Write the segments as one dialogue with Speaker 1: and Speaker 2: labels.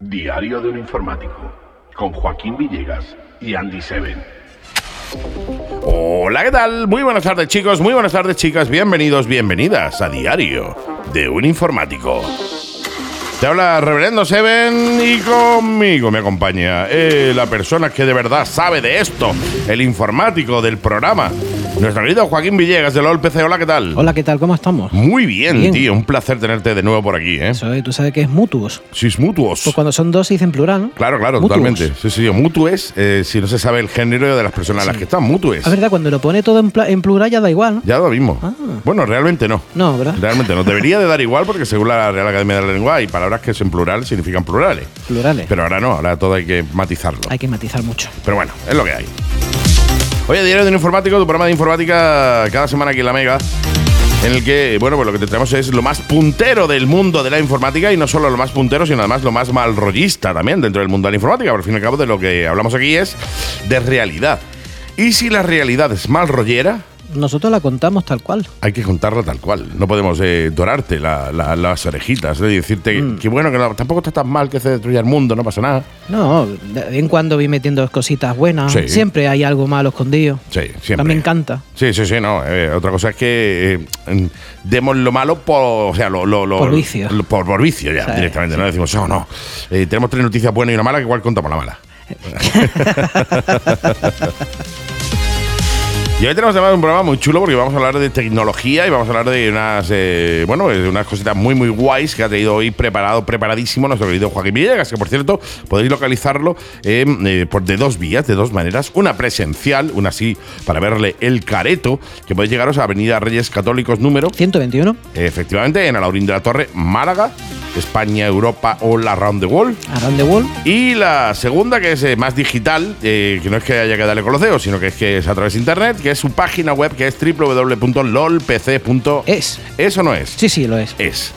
Speaker 1: suicidio de un informático, con Joaquín Villegas y Andy Seven.
Speaker 2: Hola, ¿qué tal? Muy buenas tardes chicos, muy buenas tardes chicas, bienvenidos, bienvenidas a Diario de un Informático. Te habla Reverendo Seven y conmigo me acompaña eh, la persona que de verdad sabe de esto, el informático del programa, nuestro querido Joaquín Villegas de LOL PC. Hola, ¿qué tal?
Speaker 3: Hola, ¿qué tal? ¿Cómo estamos?
Speaker 2: Muy bien,
Speaker 3: Bien.
Speaker 2: tío, un placer tenerte de nuevo por aquí, ¿eh?
Speaker 3: Eso, eh, tú sabes que es mutuos.
Speaker 2: Sis mutuos.
Speaker 3: Pues cuando son dos se dicen plural. ¿no?
Speaker 2: Claro, claro,
Speaker 3: Mutuos.
Speaker 2: totalmente. Sí, sí, mutues, eh, si no se sabe el género de las personas a las que están, mutues.
Speaker 3: Es verdad, cuando lo pone todo en, pla- en plural ya da igual, ¿no?
Speaker 2: Ya lo mismo. Bueno, realmente no.
Speaker 3: No, ¿verdad?
Speaker 2: Realmente no. Debería de dar igual porque según la Real Academia de la Lengua hay palabras que en plural significan plurales.
Speaker 3: Plurales.
Speaker 2: Pero ahora no, ahora todo hay que matizarlo.
Speaker 3: Hay que matizar mucho.
Speaker 2: Pero bueno, es lo que hay. Oye, Diario de un Informático, tu programa de informática cada semana aquí en La Mega. En el que, bueno, pues lo que te traemos es lo más puntero del mundo de la informática y no solo lo más puntero, sino además lo más malrollista también dentro del mundo de la informática. Pero al fin y al cabo de lo que hablamos aquí es de realidad. Y si la realidad es malrollera,
Speaker 3: Nosotros la contamos tal cual.
Speaker 2: hay que contarla tal cual. No podemos eh, dorarte la- la- las orejitas ¿no? y decirte que bueno, que no- tampoco está tan mal que se destruya el mundo, no pasa nada.
Speaker 3: No, de vez en cuando vi metiendo cositas buenas.
Speaker 2: Sí.
Speaker 3: Siempre hay algo malo escondido.
Speaker 2: Sí, siempre.
Speaker 3: Me encanta.
Speaker 2: Sí, sí, sí, no. eh, otra cosa es que eh, demos lo malo por, o sea, lo, lo- lo-
Speaker 3: Por vicio.
Speaker 2: lo- por, por vicio ya,
Speaker 3: Sí,
Speaker 2: directamente. No decimos, no, no. eh, tenemos tres noticias buenas y una mala, que igual contamos la mala. Y hoy tenemos además un programa muy chulo porque vamos a hablar de tecnología y vamos a hablar de unas, eh, bueno, de unas cositas muy, muy guays que ha traído hoy preparado, preparadísimo nuestro querido Joaquín Villegas, que por cierto podéis localizarlo eh, eh, por, de dos vías, de dos maneras. Una presencial, una así para verle el careto, que podéis llegaros a Avenida Reyes Católicos número
Speaker 3: 121.
Speaker 2: Efectivamente, en Alaurín de la Torre, Málaga, España, Europa, all around the world.
Speaker 3: Around the World.
Speaker 2: Y la segunda, que es eh, más digital, eh, que no es que haya que darle con los dedos, sino que es que es a través de internet, que es su página web, que es www.lolpc.es.
Speaker 3: Es.
Speaker 2: e. ¿Eso no es?
Speaker 3: Sí, sí, lo es.
Speaker 2: Es.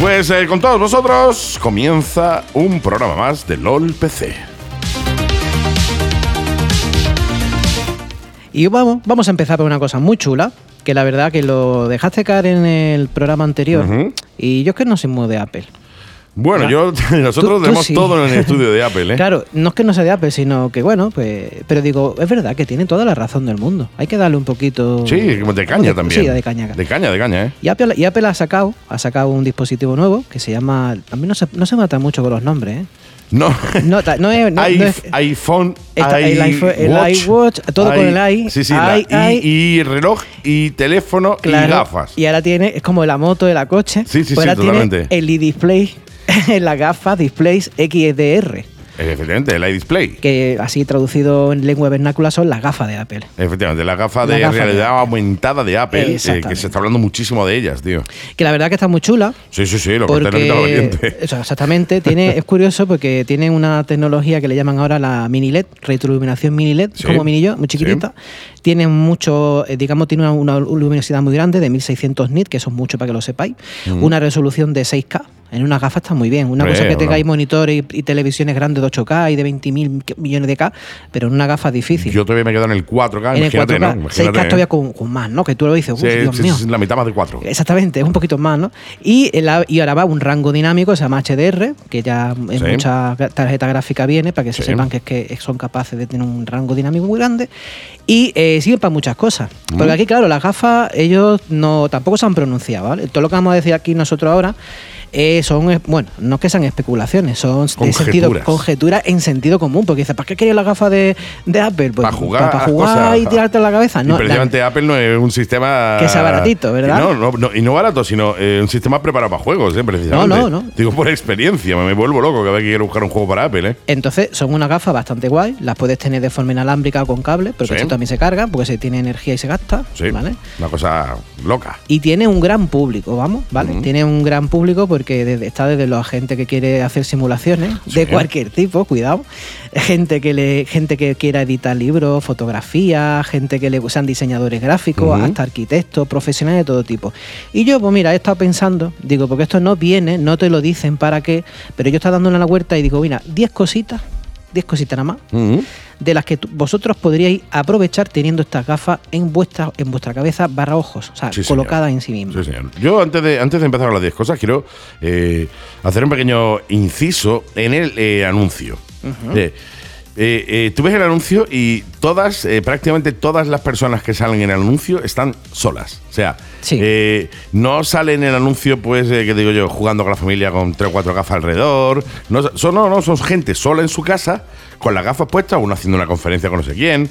Speaker 2: Pues eh, con todos vosotros comienza un programa más de LOL PC.
Speaker 3: Y vamos, vamos a empezar por una cosa muy chula, que la verdad que lo dejaste caer en el programa anterior. Y yo es que no soy muy de Apple.
Speaker 2: Bueno,
Speaker 3: Ya.
Speaker 2: yo nosotros
Speaker 3: Tú- tú
Speaker 2: tenemos
Speaker 3: sí.
Speaker 2: todo en el estudio de Apple, ¿eh?
Speaker 3: Claro, no es que no sea de Apple, sino que bueno, pues. Pero digo, es verdad que tiene toda la razón del mundo. Hay que darle un poquito.
Speaker 2: Sí, como de caña también.
Speaker 3: Sí, de caña.
Speaker 2: De caña, de caña, ¿eh?
Speaker 3: Y Apple, y Apple ha sacado, ha sacado un dispositivo nuevo que se llama. A mí no se, no se mata mucho con los nombres, ¿eh?
Speaker 2: No.
Speaker 3: No, ta- no es. no-
Speaker 2: I-
Speaker 3: no es-
Speaker 2: iPhone,
Speaker 3: Esta- el iPhone- el iWatch, todo con el i,
Speaker 2: Sí, sí, la
Speaker 3: i,
Speaker 2: i,
Speaker 3: i.
Speaker 2: y reloj y teléfono
Speaker 3: claro,
Speaker 2: y gafas.
Speaker 3: y ahora tiene, es como la moto, la coche.
Speaker 2: Sí, sí,
Speaker 3: pues
Speaker 2: sí,
Speaker 3: ahora tiene
Speaker 2: totalmente.
Speaker 3: el e-display, las gafas, displays XDR,
Speaker 2: Efectivamente, el iDisplay.
Speaker 3: que así traducido en lengua vernácula son las gafas de Apple.
Speaker 2: Efectivamente, la gafa
Speaker 3: La
Speaker 2: de
Speaker 3: gafa de
Speaker 2: realidad
Speaker 3: Apple.
Speaker 2: aumentada de Apple, eh, que se
Speaker 3: Exactamente.
Speaker 2: está hablando muchísimo de ellas, tío.
Speaker 3: Que la verdad que está muy chula,
Speaker 2: Sí, sí, sí, lo que te lo
Speaker 3: Porque,
Speaker 2: valiente.
Speaker 3: eso, exactamente, tiene, es curioso porque tiene una tecnología que le llaman ahora la mini LED, retroiluminación mini LED,
Speaker 2: Sí.
Speaker 3: como mini yo, muy chiquitita. Tiene mucho, eh, digamos, tiene una, una luminosidad muy grande de 1600 nits, que eso es mucho para que lo sepáis. Una resolución de 6K. En una gafa está muy bien. Una
Speaker 2: Mm. Hombre,
Speaker 3: cosa es que
Speaker 2: una-
Speaker 3: tengáis monitores y, y televisiones grandes de 8K y de 20.000 millones de K, pero en una gafa es difícil.
Speaker 2: Yo todavía me quedo en el 4K,
Speaker 3: en el
Speaker 2: imagínate,
Speaker 3: 4K,
Speaker 2: ¿no?
Speaker 3: 6K
Speaker 2: Imagínate,
Speaker 3: todavía con, con más, ¿no? Que tú lo dices, "Uy,
Speaker 2: ¿eh?
Speaker 3: Dios
Speaker 2: Sí, sí,
Speaker 3: mío.
Speaker 2: sí, la mitad más de 4.
Speaker 3: Exactamente, es un poquito más, ¿no? Y, el a- y ahora va un rango dinámico, se llama HDR, que ya en
Speaker 2: Sí.
Speaker 3: mucha gra- tarjeta gráfica viene, para que se
Speaker 2: Sí.
Speaker 3: sepan que, es que son capaces de tener un rango dinámico muy grande. Y eh, sirve para muchas cosas.
Speaker 2: Mm.
Speaker 3: Porque aquí, claro, las gafas, ellos no tampoco se han pronunciado, ¿vale? Todo lo que vamos a decir aquí nosotros ahora eh, son, eh, bueno, no que sean especulaciones, son de sentido,
Speaker 2: Conjeturas.
Speaker 3: conjeturas en sentido común. Porque dices, ¿para qué quería las gafas de, de Apple? Pues,
Speaker 2: Para jugar,
Speaker 3: pa-
Speaker 2: haz
Speaker 3: Para jugar
Speaker 2: cosas.
Speaker 3: y tirarte en la
Speaker 2: Y
Speaker 3: cabeza. Ah, No, la-
Speaker 2: precisamente Apple no es un sistema.
Speaker 3: Que sea baratito, ¿verdad?
Speaker 2: No, no, no, y no barato, sino eh, un sistema preparado para juegos, ¿eh? Precisamente.
Speaker 3: No, no, no.
Speaker 2: Digo por experiencia, me, me vuelvo loco cada vez que quiero buscar un juego para Apple, ¿eh?
Speaker 3: Entonces son unas gafas bastante guay, las puedes tener de forma inalámbrica o con cable, pero
Speaker 2: Sí.
Speaker 3: que esto también se carga porque se tiene energía y se gasta,
Speaker 2: Sí.
Speaker 3: ¿vale?
Speaker 2: Una cosa loca.
Speaker 3: Y tiene un gran público, vamos, ¿vale? Tiene un gran público porque desde- está desde la gente que quiere hacer simulaciones
Speaker 2: Sí.
Speaker 3: de cualquier tipo, cuidado. Gente que le, gente que quiera editar libros, fotografías, gente que le sean diseñadores gráficos,
Speaker 2: Ujú.
Speaker 3: hasta arquitectos, profesionales de todo tipo. Y yo, pues mira, he estado pensando, digo, porque esto no viene, no te lo dicen para qué, pero yo estaba dándole la vuelta y digo, mira, 10 cositas 10 cositas nada más,
Speaker 2: Ujú.
Speaker 3: de las que tú- vosotros podríais aprovechar teniendo estas gafas en vuestra, en vuestra cabeza barra ojos, o sea,
Speaker 2: Sí, señor.
Speaker 3: colocadas en sí mismas.
Speaker 2: Sí, señor. Yo antes de, antes de empezar con las 10 cosas, quiero eh, hacer un pequeño inciso en el eh, anuncio. Eh, eh, eh, tú ves el anuncio y todas, eh, prácticamente todas las personas que salen en el anuncio están solas. O sea,
Speaker 3: Sí.
Speaker 2: eh, no salen en el anuncio, pues, eh, que digo yo, jugando con la familia con tres o cuatro gafas alrededor. No, son, no, no, son gente sola en su casa, con las gafas puestas, uno haciendo una conferencia con no sé quién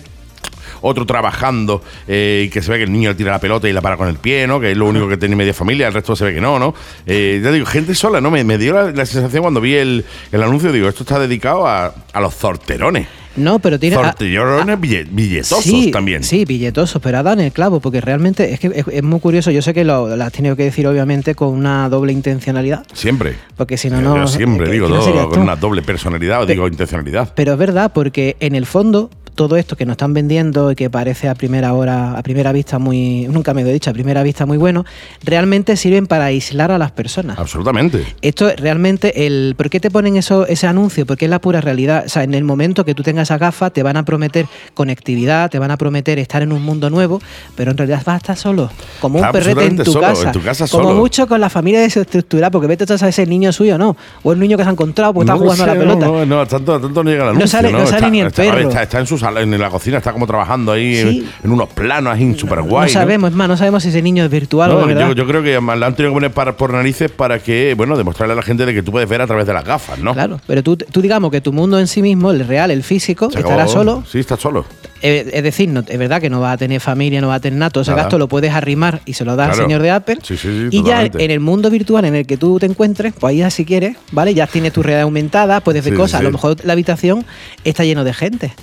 Speaker 2: otro trabajando eh, y que se ve que el niño le tira la pelota y la para con el pie, ¿no? Que es lo único que tiene media familia, el resto se ve que no, ¿no? Eh, ya digo, gente sola, ¿no? Me, me dio la, la sensación cuando vi el, el anuncio, digo, esto está dedicado a, a los zorterones.
Speaker 3: No, pero tiene... ah,
Speaker 2: zorterones bille- billetosos
Speaker 3: sí,
Speaker 2: también.
Speaker 3: Sí, billetosos, pero ha dado en el clavo, porque realmente es que es, es muy curioso. Yo sé que lo, lo has tenido que decir, obviamente, con una doble intencionalidad,
Speaker 2: Siempre.
Speaker 3: porque si no,
Speaker 2: Yo
Speaker 3: no.
Speaker 2: siempre
Speaker 3: eh,
Speaker 2: digo
Speaker 3: que no
Speaker 2: todo
Speaker 3: serías
Speaker 2: con
Speaker 3: tú.
Speaker 2: una doble personalidad o
Speaker 3: Pe-
Speaker 2: digo intencionalidad.
Speaker 3: Pero es verdad, porque en el fondo, todo esto que nos están vendiendo y que parece a primera hora, a primera vista muy. Nunca me lo he dicho, a primera vista muy bueno, realmente sirven para aislar a las personas.
Speaker 2: Absolutamente.
Speaker 3: Esto es realmente, el ¿por qué te ponen eso, ese anuncio? Porque es la pura realidad. O sea, en el momento que tú tengas esa gafa, te van a prometer conectividad, te van a prometer estar en un mundo nuevo, pero en realidad vas a estar solo, como un
Speaker 2: Está
Speaker 3: perrete en
Speaker 2: absolutamente
Speaker 3: tu
Speaker 2: solo,
Speaker 3: casa.
Speaker 2: en tu casa
Speaker 3: como
Speaker 2: solo.
Speaker 3: mucho con la familia desestructurada, porque vete tú a saber si el niño es suyo o no, o el niño que se ha encontrado porque
Speaker 2: No
Speaker 3: está
Speaker 2: sé,
Speaker 3: jugando a la pelota.
Speaker 2: No, no, no, tanto, tanto no llega la luz.
Speaker 3: sale- no sale ni el perro.
Speaker 2: Está, está en su sala, en la cocina, está como trabajando ahí
Speaker 3: Sí.
Speaker 2: en unos planos ahí súper
Speaker 3: No
Speaker 2: guay.
Speaker 3: sabemos, es más, no sabemos si ese niño es virtual o de verdad.
Speaker 2: yo, yo creo que además la han tenido que poner para- por narices para que, bueno, demostrarle a la gente de que tú puedes ver a través de las gafas, ¿no?
Speaker 3: Claro, pero tú, tú digamos que tu mundo en sí mismo, el real, el físico,
Speaker 2: Se
Speaker 3: estará
Speaker 2: acabó.
Speaker 3: solo.
Speaker 2: Sí, está solo.
Speaker 3: Eh, Es decir, no, es verdad que no vas a tener familia, no vas a tener nato, ese
Speaker 2: Nada.
Speaker 3: gasto lo puedes arrimar y se lo das
Speaker 2: Claro.
Speaker 3: al señor de Apple.
Speaker 2: Sí, sí, sí,
Speaker 3: y ya
Speaker 2: totalmente.
Speaker 3: en el mundo virtual en el que tú te encuentres, pues ahí ya si quieres, ¿vale? Ya tienes tu realidad aumentada, puedes ver
Speaker 2: Sí, sí,
Speaker 3: cosas.
Speaker 2: sí.
Speaker 3: A lo mejor la habitación está lleno de gente.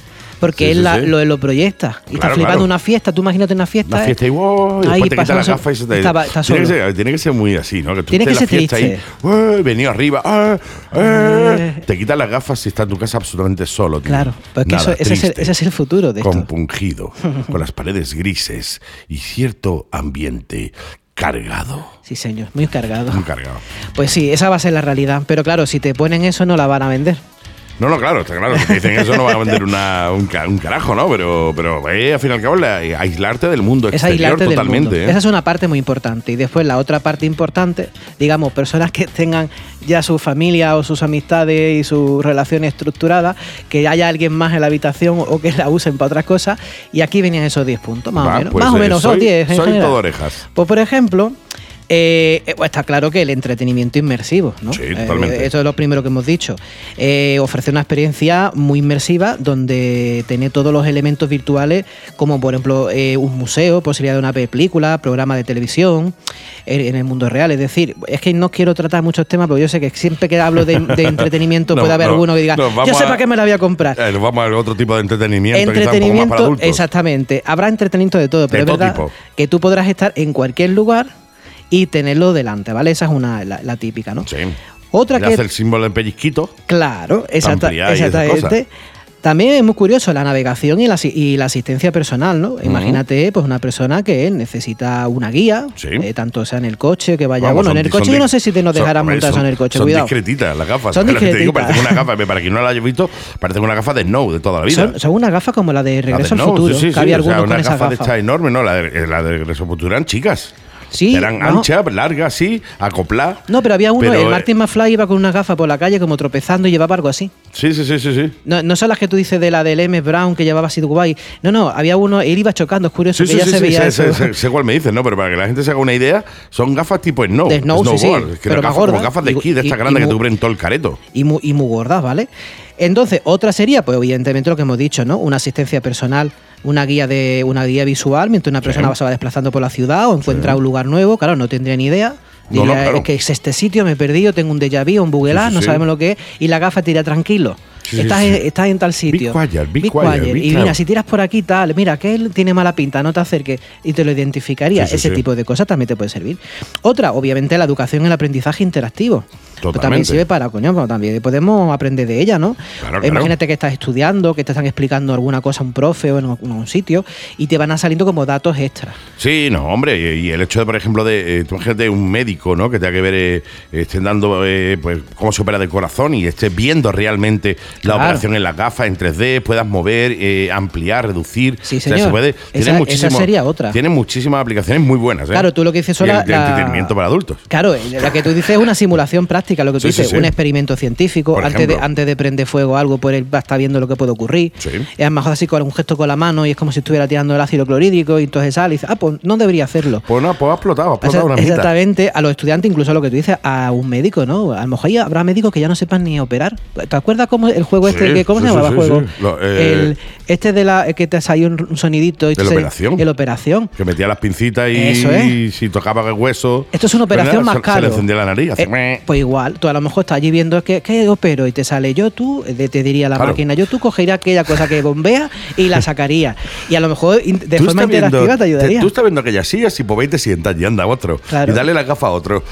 Speaker 3: Porque
Speaker 2: Sí,
Speaker 3: él
Speaker 2: sí,
Speaker 3: la-
Speaker 2: sí.
Speaker 3: lo, lo proyecta.
Speaker 2: Claro,
Speaker 3: Y está flipando
Speaker 2: claro.
Speaker 3: una fiesta, tú imagínate una fiesta.
Speaker 2: Una
Speaker 3: ¿eh?
Speaker 2: fiesta y, wow, y
Speaker 3: Ahí
Speaker 2: después te quitas las
Speaker 3: pasándose-
Speaker 2: gafas y se te
Speaker 3: estaba- está
Speaker 2: tiene, que
Speaker 3: solo.
Speaker 2: ser, tiene que ser muy así, ¿no? Que tú
Speaker 3: Tiene
Speaker 2: estés
Speaker 3: que
Speaker 2: en la
Speaker 3: ser
Speaker 2: fiesta ahí, "Uy, venido arriba, ah, eh". te quitas las gafas y estás en tu casa absolutamente solo. tío.
Speaker 3: Claro, pero es que
Speaker 2: Nada,
Speaker 3: eso- ese, es el,
Speaker 2: triste.
Speaker 3: ese es el futuro de esto.
Speaker 2: compungido, con las paredes grises y cierto ambiente cargado.
Speaker 3: Sí, señor, muy cargado.
Speaker 2: Muy cargado.
Speaker 3: Pues sí, esa va a ser la realidad. Pero claro, si te ponen eso, no la van a vender.
Speaker 2: No, no, claro, está claro. Si te dicen eso no van a vender una, un, ca- un carajo, ¿no? Pero, pero eh, al fin y al cabo, la- aislarte del mundo
Speaker 3: Es
Speaker 2: exterior
Speaker 3: aislarte del mundo.
Speaker 2: totalmente. ¿eh?
Speaker 3: Esa es una parte muy importante. Y después la otra parte importante, digamos, personas que tengan ya su familia o sus amistades y sus relaciones estructuradas, que haya alguien más en la habitación o que la usen para otras cosas. Y aquí venían esos 10 puntos, más
Speaker 2: Va,
Speaker 3: o menos.
Speaker 2: pues,
Speaker 3: más o
Speaker 2: eh,
Speaker 3: menos, son
Speaker 2: soy-
Speaker 3: 10 en
Speaker 2: soy
Speaker 3: general.
Speaker 2: todo orejas.
Speaker 3: Pues por ejemplo... eh, eh, pues, está claro que el entretenimiento inmersivo, ¿no?
Speaker 2: Sí, totalmente.
Speaker 3: Eh, eso es lo primero que hemos dicho. Eh, ofrece una experiencia muy inmersiva donde tiene todos los elementos virtuales, como por ejemplo eh, un museo, posibilidad de una película, programa de televisión, en, en el mundo real. Es decir, es que no quiero tratar muchos temas, pero yo sé que siempre que hablo de, de entretenimiento
Speaker 2: No,
Speaker 3: puede haber
Speaker 2: no,
Speaker 3: alguno que diga,
Speaker 2: nos vamos
Speaker 3: yo sé
Speaker 2: a-
Speaker 3: para qué me la voy a comprar.
Speaker 2: Eh, nos vamos a otro tipo de entretenimiento, quizá un poco más para
Speaker 3: Entretenimiento,
Speaker 2: adultos.
Speaker 3: exactamente. Habrá entretenimiento de todo, pero es
Speaker 2: todo
Speaker 3: verdad
Speaker 2: tipo.
Speaker 3: que tú podrás estar en cualquier lugar y tenerlo delante, ¿vale? Esa es una la, la típica, ¿no?
Speaker 2: Sí.
Speaker 3: Otra
Speaker 2: Le
Speaker 3: que
Speaker 2: hace el símbolo del pellizquito.
Speaker 3: Claro, exacta-
Speaker 2: ampliar y esas
Speaker 3: exactamente. También es muy curioso la navegación y la, asi- y la asistencia personal, ¿no? Imagínate, pues una persona que necesita una guía,
Speaker 2: Sí.
Speaker 3: eh, tanto sea en el coche que vaya.
Speaker 2: Vamos,
Speaker 3: bueno,
Speaker 2: son
Speaker 3: en el
Speaker 2: di- son
Speaker 3: coche yo
Speaker 2: di-
Speaker 3: no sé si te nos
Speaker 2: son-
Speaker 3: dejarán
Speaker 2: hombre,
Speaker 3: montar eso
Speaker 2: son-
Speaker 3: en el coche,
Speaker 2: son
Speaker 3: cuidado.
Speaker 2: discretitas las gafas.
Speaker 3: Son
Speaker 2: Es lo que te digo,
Speaker 3: discretitas.
Speaker 2: parece una gafa, para quien no la haya visto, parece una gafa de Snow de toda la vida.
Speaker 3: Son, son una gafa como la de
Speaker 2: La de
Speaker 3: Regreso al
Speaker 2: Snow,
Speaker 3: Futuro,
Speaker 2: sí, sí,
Speaker 3: que había
Speaker 2: sí, o sea,
Speaker 3: algunos
Speaker 2: una
Speaker 3: con esa
Speaker 2: gafa de
Speaker 3: gafa.
Speaker 2: esta enorme, ¿no? La de, eh, la de Regreso al Futuro eran chicas.
Speaker 3: Sí,
Speaker 2: Eran
Speaker 3: no.
Speaker 2: anchas, largas, así, acopladas.
Speaker 3: No, pero había uno,
Speaker 2: Pero,
Speaker 3: el
Speaker 2: eh,
Speaker 3: Martin McFly iba con una gafa por la calle como tropezando y llevaba algo así.
Speaker 2: Sí, sí, sí, sí, sí.
Speaker 3: No, no son las que tú dices de la del M. Brown que llevaba así Dubai. No, no, había uno, él iba chocando, es curioso
Speaker 2: Sí, sí,
Speaker 3: que ya
Speaker 2: sí,
Speaker 3: se
Speaker 2: sí,
Speaker 3: veía
Speaker 2: sé-
Speaker 3: eso.
Speaker 2: sé- sé- sé cuál me dices, ¿no? Pero para que la gente se haga una idea, son gafas tipo Snow.
Speaker 3: De Snow, sí, sí,
Speaker 2: snowboard, que
Speaker 3: pero
Speaker 2: eran
Speaker 3: más
Speaker 2: gafas, como
Speaker 3: gordas
Speaker 2: gafas de
Speaker 3: y-
Speaker 2: esquí de
Speaker 3: y-
Speaker 2: estas
Speaker 3: y
Speaker 2: grandes que
Speaker 3: mu-
Speaker 2: te cubren todo el careto.
Speaker 3: y muy, y muy gordas, ¿vale? Entonces, otra sería, pues evidentemente lo que hemos dicho, ¿no? Una asistencia personal, una guía de una guía visual, mientras una persona se va desplazando por la ciudad o encuentra un lugar nuevo, claro, no tendría ni idea.
Speaker 2: No, no,
Speaker 3: Diría,
Speaker 2: claro.
Speaker 3: es que es este sitio, me he perdido, tengo un déjà vu, un buguelá,
Speaker 2: Sí, sí,
Speaker 3: no
Speaker 2: sí.
Speaker 3: sabemos lo que es, y la gafa tira tranquilo.
Speaker 2: Sí, sí,
Speaker 3: estás,
Speaker 2: sí.
Speaker 3: En, estás en tal sitio.
Speaker 2: quiet, be
Speaker 3: Be
Speaker 2: quiet, be
Speaker 3: Y
Speaker 2: calm.
Speaker 3: mira, si tiras por aquí, tal, mira, que él tiene mala pinta, no te acerques, y te lo identificaría.
Speaker 2: Sí, sí,
Speaker 3: Ese
Speaker 2: sí.
Speaker 3: tipo de cosas también te puede servir. Otra, obviamente, la educación y el aprendizaje interactivo. Pero
Speaker 2: Totalmente.
Speaker 3: También sirve para, coño, bueno, también podemos aprender de ella, ¿no?
Speaker 2: Claro, claro.
Speaker 3: Imagínate que estás estudiando, que te están explicando alguna cosa a un profe o en un- en un sitio y te van a saliendo como datos extras.
Speaker 2: Sí, no, hombre, y, y el hecho de, por ejemplo, de, eh, tú imagínate un médico, ¿no? Que tenga que ver, eh, estén dando, eh, pues, cómo se opera del corazón y estés viendo realmente la
Speaker 3: Claro.
Speaker 2: operación en las gafas en 3D, puedas mover, eh, ampliar, reducir.
Speaker 3: Sí,
Speaker 2: O sea, se
Speaker 3: señor.
Speaker 2: puede-
Speaker 3: Esa-
Speaker 2: tiene
Speaker 3: esa
Speaker 2: muchísimo-
Speaker 3: sería otra.
Speaker 2: Tiene muchísimas aplicaciones muy buenas. ¿eh?
Speaker 3: Claro, tú lo que dices son
Speaker 2: Y
Speaker 3: la-
Speaker 2: el- y el
Speaker 3: la-
Speaker 2: entretenimiento para adultos.
Speaker 3: Claro, lo que tú dices es una simulación práctica, lo que tú
Speaker 2: Sí,
Speaker 3: dices,
Speaker 2: sí, sí.
Speaker 3: un experimento científico.
Speaker 2: Por
Speaker 3: Antes de,
Speaker 2: ejemplo.
Speaker 3: antes de prender fuego algo, pues él va a estar viendo lo que puede ocurrir.
Speaker 2: Sí.
Speaker 3: Es a lo mejor así con un gesto con la mano y es como si estuviera tirando el ácido clorhídrico y entonces sale y dice, ah, pues no debería hacerlo.
Speaker 2: Pues no, pues ha explotado, ha explotado una
Speaker 3: Exa-
Speaker 2: mitad.
Speaker 3: Exactamente, a los estudiantes, incluso a lo que tú dices, a un médico, ¿no? A lo mejor ahí habrá médicos que ya no sepan ni operar. ¿Te acuerdas cómo el juego
Speaker 2: Sí,
Speaker 3: este? que- ¿Cómo
Speaker 2: sí,
Speaker 3: se
Speaker 2: sí,
Speaker 3: llamaba
Speaker 2: sí,
Speaker 3: el juego?
Speaker 2: sí. Lo, eh,
Speaker 3: El- este de la que te salió un un sonidito. y
Speaker 2: de la
Speaker 3: se-
Speaker 2: operación.
Speaker 3: El operación.
Speaker 2: Que metía las pincitas y,
Speaker 3: Eso es.
Speaker 2: y si tocaba el hueso.
Speaker 3: Esto es una operación
Speaker 2: ¿verdad?
Speaker 3: más
Speaker 2: Se-
Speaker 3: cara.
Speaker 2: Se le encendía la nariz. hacía meh.
Speaker 3: pues igual, tú a lo mejor estás allí viendo que, que opero y te sale yo tú, eh, te diría la
Speaker 2: Claro.
Speaker 3: máquina, yo tú cogería aquella cosa que bombea y la sacaría. Y a lo mejor in- de
Speaker 2: Tú
Speaker 3: forma
Speaker 2: estás viendo-
Speaker 3: interactiva te ayudaría.
Speaker 2: tú estás viendo aquellas sillas y pues ve y te sientas y anda otro.
Speaker 3: Claro.
Speaker 2: Y dale la gafa a otro.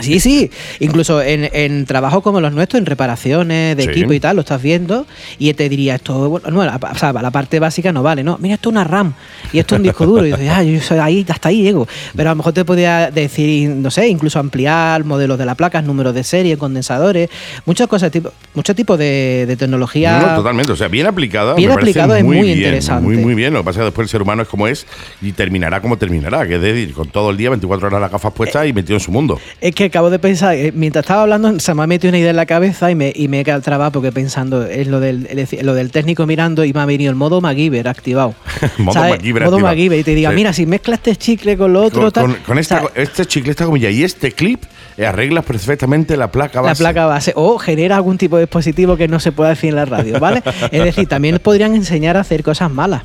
Speaker 3: Sí, sí. Incluso en, en trabajos como los nuestros, en reparaciones de
Speaker 2: Sí.
Speaker 3: equipo y tal, lo estás viendo y te diría esto, bueno, no, la, o sea, la parte básica no vale, no, mira, esto es una RAM y esto es un disco duro. Y dices, ah, yo soy ahí, hasta ahí llego. Pero a lo mejor te podría decir, no sé, incluso ampliar modelos de la placa, números de serie, condensadores, muchas cosas, tipo, muchos tipos de, de tecnología.
Speaker 2: No, totalmente. O sea, bien aplicada.
Speaker 3: Bien
Speaker 2: me parece
Speaker 3: aplicado es muy
Speaker 2: bien,
Speaker 3: interesante.
Speaker 2: Muy, muy bien. Lo que pasa es que después el ser humano es como es y terminará como terminará. Que es decir, con todo el día, 24 horas las gafas
Speaker 3: Eh,
Speaker 2: puestas y metido en su mundo.
Speaker 3: Es que acabo de pensar, eh, mientras estaba hablando, se me ha metido una idea en la cabeza y me, y me he quedado trabado porque pensando, es lo del, es decir, lo del técnico mirando y me ha venido el modo MacGyver activado.
Speaker 2: Modo
Speaker 3: ¿Sabes?
Speaker 2: MacGyver
Speaker 3: Modo
Speaker 2: activado.
Speaker 3: MacGyver y te diga,
Speaker 2: Sí.
Speaker 3: mira, si mezclas este chicle con lo otro,
Speaker 2: Con,
Speaker 3: tal,
Speaker 2: con- con esta-
Speaker 3: o sea,
Speaker 2: este chicle, esta comilla y este clip, eh, arreglas perfectamente la placa
Speaker 3: la
Speaker 2: base.
Speaker 3: placa base, o genera algún tipo de dispositivo que no se pueda decir en la radio, ¿vale? es decir, también podrían enseñar a hacer cosas malas.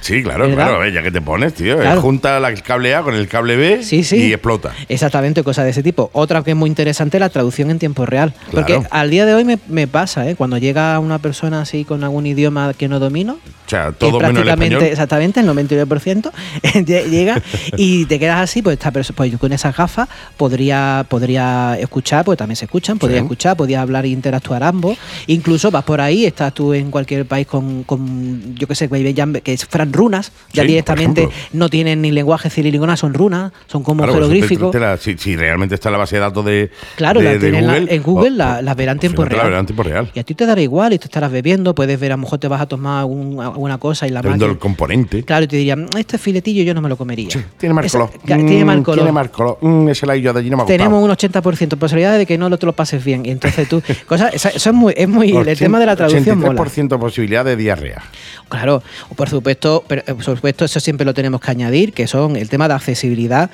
Speaker 2: Sí, claro,
Speaker 3: ¿Verdad?
Speaker 2: claro. a ver, ya que te pones, tío. eh,
Speaker 3: Claro.
Speaker 2: Junta la- el cable A con el cable B
Speaker 3: Sí, sí.
Speaker 2: y explota.
Speaker 3: Exactamente, cosas de ese tipo. Otra que es muy interesante, la traducción en tiempo real.
Speaker 2: Claro.
Speaker 3: Porque al día de hoy me, me pasa, ¿eh? cuando llega una persona así con algún idioma que no domino,
Speaker 2: O sea,
Speaker 3: que
Speaker 2: todo menos el
Speaker 3: Eh, prácticamente,
Speaker 2: español.
Speaker 3: exactamente, el 99% lle- llega y te quedas así, pues, esta perso- pues yo con esas gafas podría, podría escuchar, pues también se escuchan, podría
Speaker 2: Sí.
Speaker 3: escuchar, podría hablar e interactuar ambos. Incluso vas por ahí, estás tú en cualquier país con, con, yo qué sé, que ya- que es Fran Runas,
Speaker 2: Sí,
Speaker 3: ya
Speaker 2: por
Speaker 3: directamente
Speaker 2: ejemplo.
Speaker 3: no tienen ni lenguaje cirílico, nada, son runas, son como
Speaker 2: Claro, pues,
Speaker 3: jeroglíficos.
Speaker 2: te- te la- si, si realmente está en la base de datos de,
Speaker 3: Claro,
Speaker 2: de-
Speaker 3: la
Speaker 2: de
Speaker 3: tienen la- en Google
Speaker 2: o-
Speaker 3: la- las verá en
Speaker 2: al
Speaker 3: tiempo
Speaker 2: final te La
Speaker 3: real.
Speaker 2: verán en tiempo real.
Speaker 3: Y a ti te dará igual y te estarás bebiendo, puedes ver, a lo mejor te vas a tomar algún- alguna cosa y la
Speaker 2: Te vendo el
Speaker 3: máquina...
Speaker 2: componente.
Speaker 3: Claro, y te dirían, este filetillo yo no me lo comería.
Speaker 2: Tiene mal
Speaker 3: Esa-
Speaker 2: color.
Speaker 3: ca- tiene
Speaker 2: Mm,
Speaker 3: mal color.
Speaker 2: Tiene mal color. Mm, ese laillo de allí no me ha gustado.
Speaker 3: Tenemos un 80% de posibilidades de que no lo te lo pases bien. Y entonces tú. Cosas, esa- eso es muy. Es muy el
Speaker 2: 80
Speaker 3: tema de la traducción mola.
Speaker 2: 83% posibilidad de diarrea.
Speaker 3: Claro, por supuesto, pero, eh, por supuesto, eso siempre lo tenemos que añadir, que son el tema de accesibilidad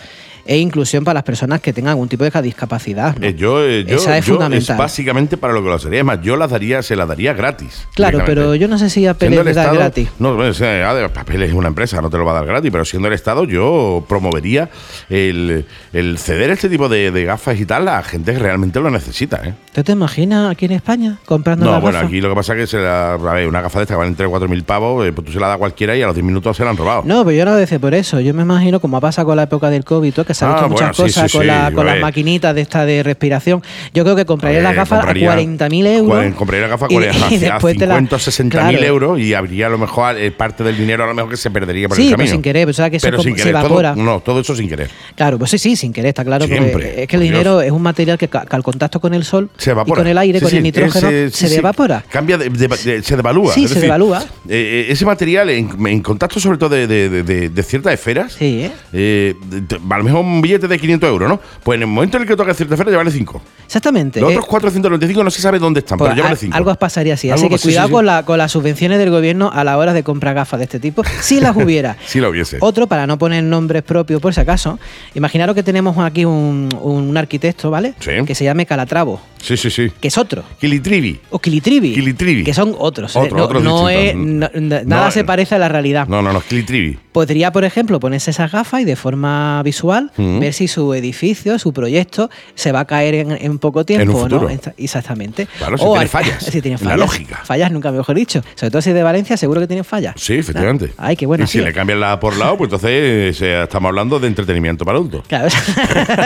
Speaker 3: e inclusión para las personas que tengan algún tipo de discapacidad. ¿no?
Speaker 2: Eh, yo, eh, yo-
Speaker 3: Esa es
Speaker 2: yo
Speaker 3: fundamental.
Speaker 2: básicamente para lo que lo sería. Es más, yo las daría, se las daría gratis.
Speaker 3: claro,
Speaker 2: directamente.
Speaker 3: pero yo no sé si a
Speaker 2: Siendo
Speaker 3: Pérez
Speaker 2: el
Speaker 3: le da
Speaker 2: Estado,
Speaker 3: gratis.
Speaker 2: No, bueno, o sea, ah, de papeles es una empresa, no te lo va a dar gratis, pero siendo el Estado yo promovería el, el ceder este tipo de, de gafas y tal a gente que realmente lo necesita. ¿eh?
Speaker 3: ¿Tú te imaginas aquí en España comprando
Speaker 2: No,
Speaker 3: las
Speaker 2: bueno,
Speaker 3: gafas?
Speaker 2: aquí lo que pasa es que se la, a ver, una gafa de esta que valen 3 o 4 mil pavos, eh, pues tú se la das a cualquiera y a los 10 minutos se la han robado.
Speaker 3: No, pero yo no lo decía por eso. Yo me imagino, como ha pasado con la época del COVID, y todo, que se han
Speaker 2: Ah,
Speaker 3: hecho muchas
Speaker 2: bueno, sí,
Speaker 3: cosas
Speaker 2: sí,
Speaker 3: con,
Speaker 2: sí,
Speaker 3: la-
Speaker 2: yo
Speaker 3: con
Speaker 2: a
Speaker 3: las
Speaker 2: ver.
Speaker 3: maquinitas de esta de respiración. Yo creo que compraría
Speaker 2: Eh,
Speaker 3: las gafas
Speaker 2: compraría-
Speaker 3: a 40.000 euros.
Speaker 2: cua- Compraría las gafas
Speaker 3: y-
Speaker 2: a,
Speaker 3: y
Speaker 2: 50
Speaker 3: después te la-
Speaker 2: 50 o 60 mil
Speaker 3: claro.
Speaker 2: euros y habría a lo mejor eh, parte del dinero a lo mejor que se perdería por
Speaker 3: Sí,
Speaker 2: el
Speaker 3: pero
Speaker 2: camino.
Speaker 3: sin querer, pero sabes que eso
Speaker 2: Pero
Speaker 3: como-
Speaker 2: sin
Speaker 3: se
Speaker 2: querer, todo-
Speaker 3: evapora.
Speaker 2: no, todo eso sin querer.
Speaker 3: Claro, pues sí, sí, sin querer, está claro. porque
Speaker 2: Siempre,
Speaker 3: es que
Speaker 2: por
Speaker 3: el dinero
Speaker 2: Dios.
Speaker 3: es un material que ca- que al contacto con el sol
Speaker 2: Se
Speaker 3: y
Speaker 2: evapora.
Speaker 3: con el aire,
Speaker 2: Sí,
Speaker 3: con
Speaker 2: sí,
Speaker 3: el nitrógeno,
Speaker 2: ese-
Speaker 3: se
Speaker 2: sí, sí.
Speaker 3: evapora.
Speaker 2: Cambia, de- de- de- se devalúa.
Speaker 3: Sí,
Speaker 2: Es
Speaker 3: se
Speaker 2: decir,
Speaker 3: devalúa.
Speaker 2: eh, ese material, en, en contacto sobre todo de, de- de- de- de ciertas esferas,
Speaker 3: Sí, ¿eh?
Speaker 2: eh, de- de- a lo mejor un billete de 500 euros, ¿no? Pues en el momento en el que toca cierta esfera, ya vale 5.
Speaker 3: Exactamente.
Speaker 2: Los
Speaker 3: eh,
Speaker 2: otros 495 no se sabe dónde están,
Speaker 3: pues,
Speaker 2: pero ya vale
Speaker 3: a-
Speaker 2: 5.
Speaker 3: algo pasaría así.
Speaker 2: Algo
Speaker 3: Así que
Speaker 2: pas- sí,
Speaker 3: cuidado
Speaker 2: sí, sí.
Speaker 3: Con, la- con las subvenciones del gobierno a la hora de comprar gafas de este tipo, si las hubiera.
Speaker 2: Si la hubiese.
Speaker 3: Otro, para no poner nombres propios por si acaso, imaginaros que tenemos aquí un, un arquitecto, ¿vale?
Speaker 2: Sí.
Speaker 3: Que se llame Calatravo,
Speaker 2: Sí, sí, sí.
Speaker 3: que es otro.
Speaker 2: Kilitrivi.
Speaker 3: O Kilitrivi.
Speaker 2: Kilitrivi.
Speaker 3: Que son otros. eh,
Speaker 2: Otro,
Speaker 3: no,
Speaker 2: otros
Speaker 3: no es,
Speaker 2: distintos.
Speaker 3: no- na- nada
Speaker 2: No,
Speaker 3: se
Speaker 2: eh.
Speaker 3: parece a la realidad.
Speaker 2: No, no, no, es Kilitrivi.
Speaker 3: Podría, por ejemplo, ponerse esas gafas y de forma visual
Speaker 2: Mm.
Speaker 3: ver si su edificio, su proyecto, se va a caer en, en poco tiempo
Speaker 2: En un
Speaker 3: o no.
Speaker 2: futuro.
Speaker 3: Esta- Exactamente.
Speaker 2: Claro, si
Speaker 3: O
Speaker 2: tiene
Speaker 3: al-
Speaker 2: fallas.
Speaker 3: si tiene
Speaker 2: La
Speaker 3: fallas.
Speaker 2: lógica.
Speaker 3: Fallas, nunca mejor dicho. Sobre todo si es de Valencia, seguro que tiene fallas.
Speaker 2: Sí, efectivamente.
Speaker 3: Ah, Ay, qué buena.
Speaker 2: Y si le cambian la por lado, pues entonces eh, se- estamos hablando de entretenimiento para adultos.
Speaker 3: Claro.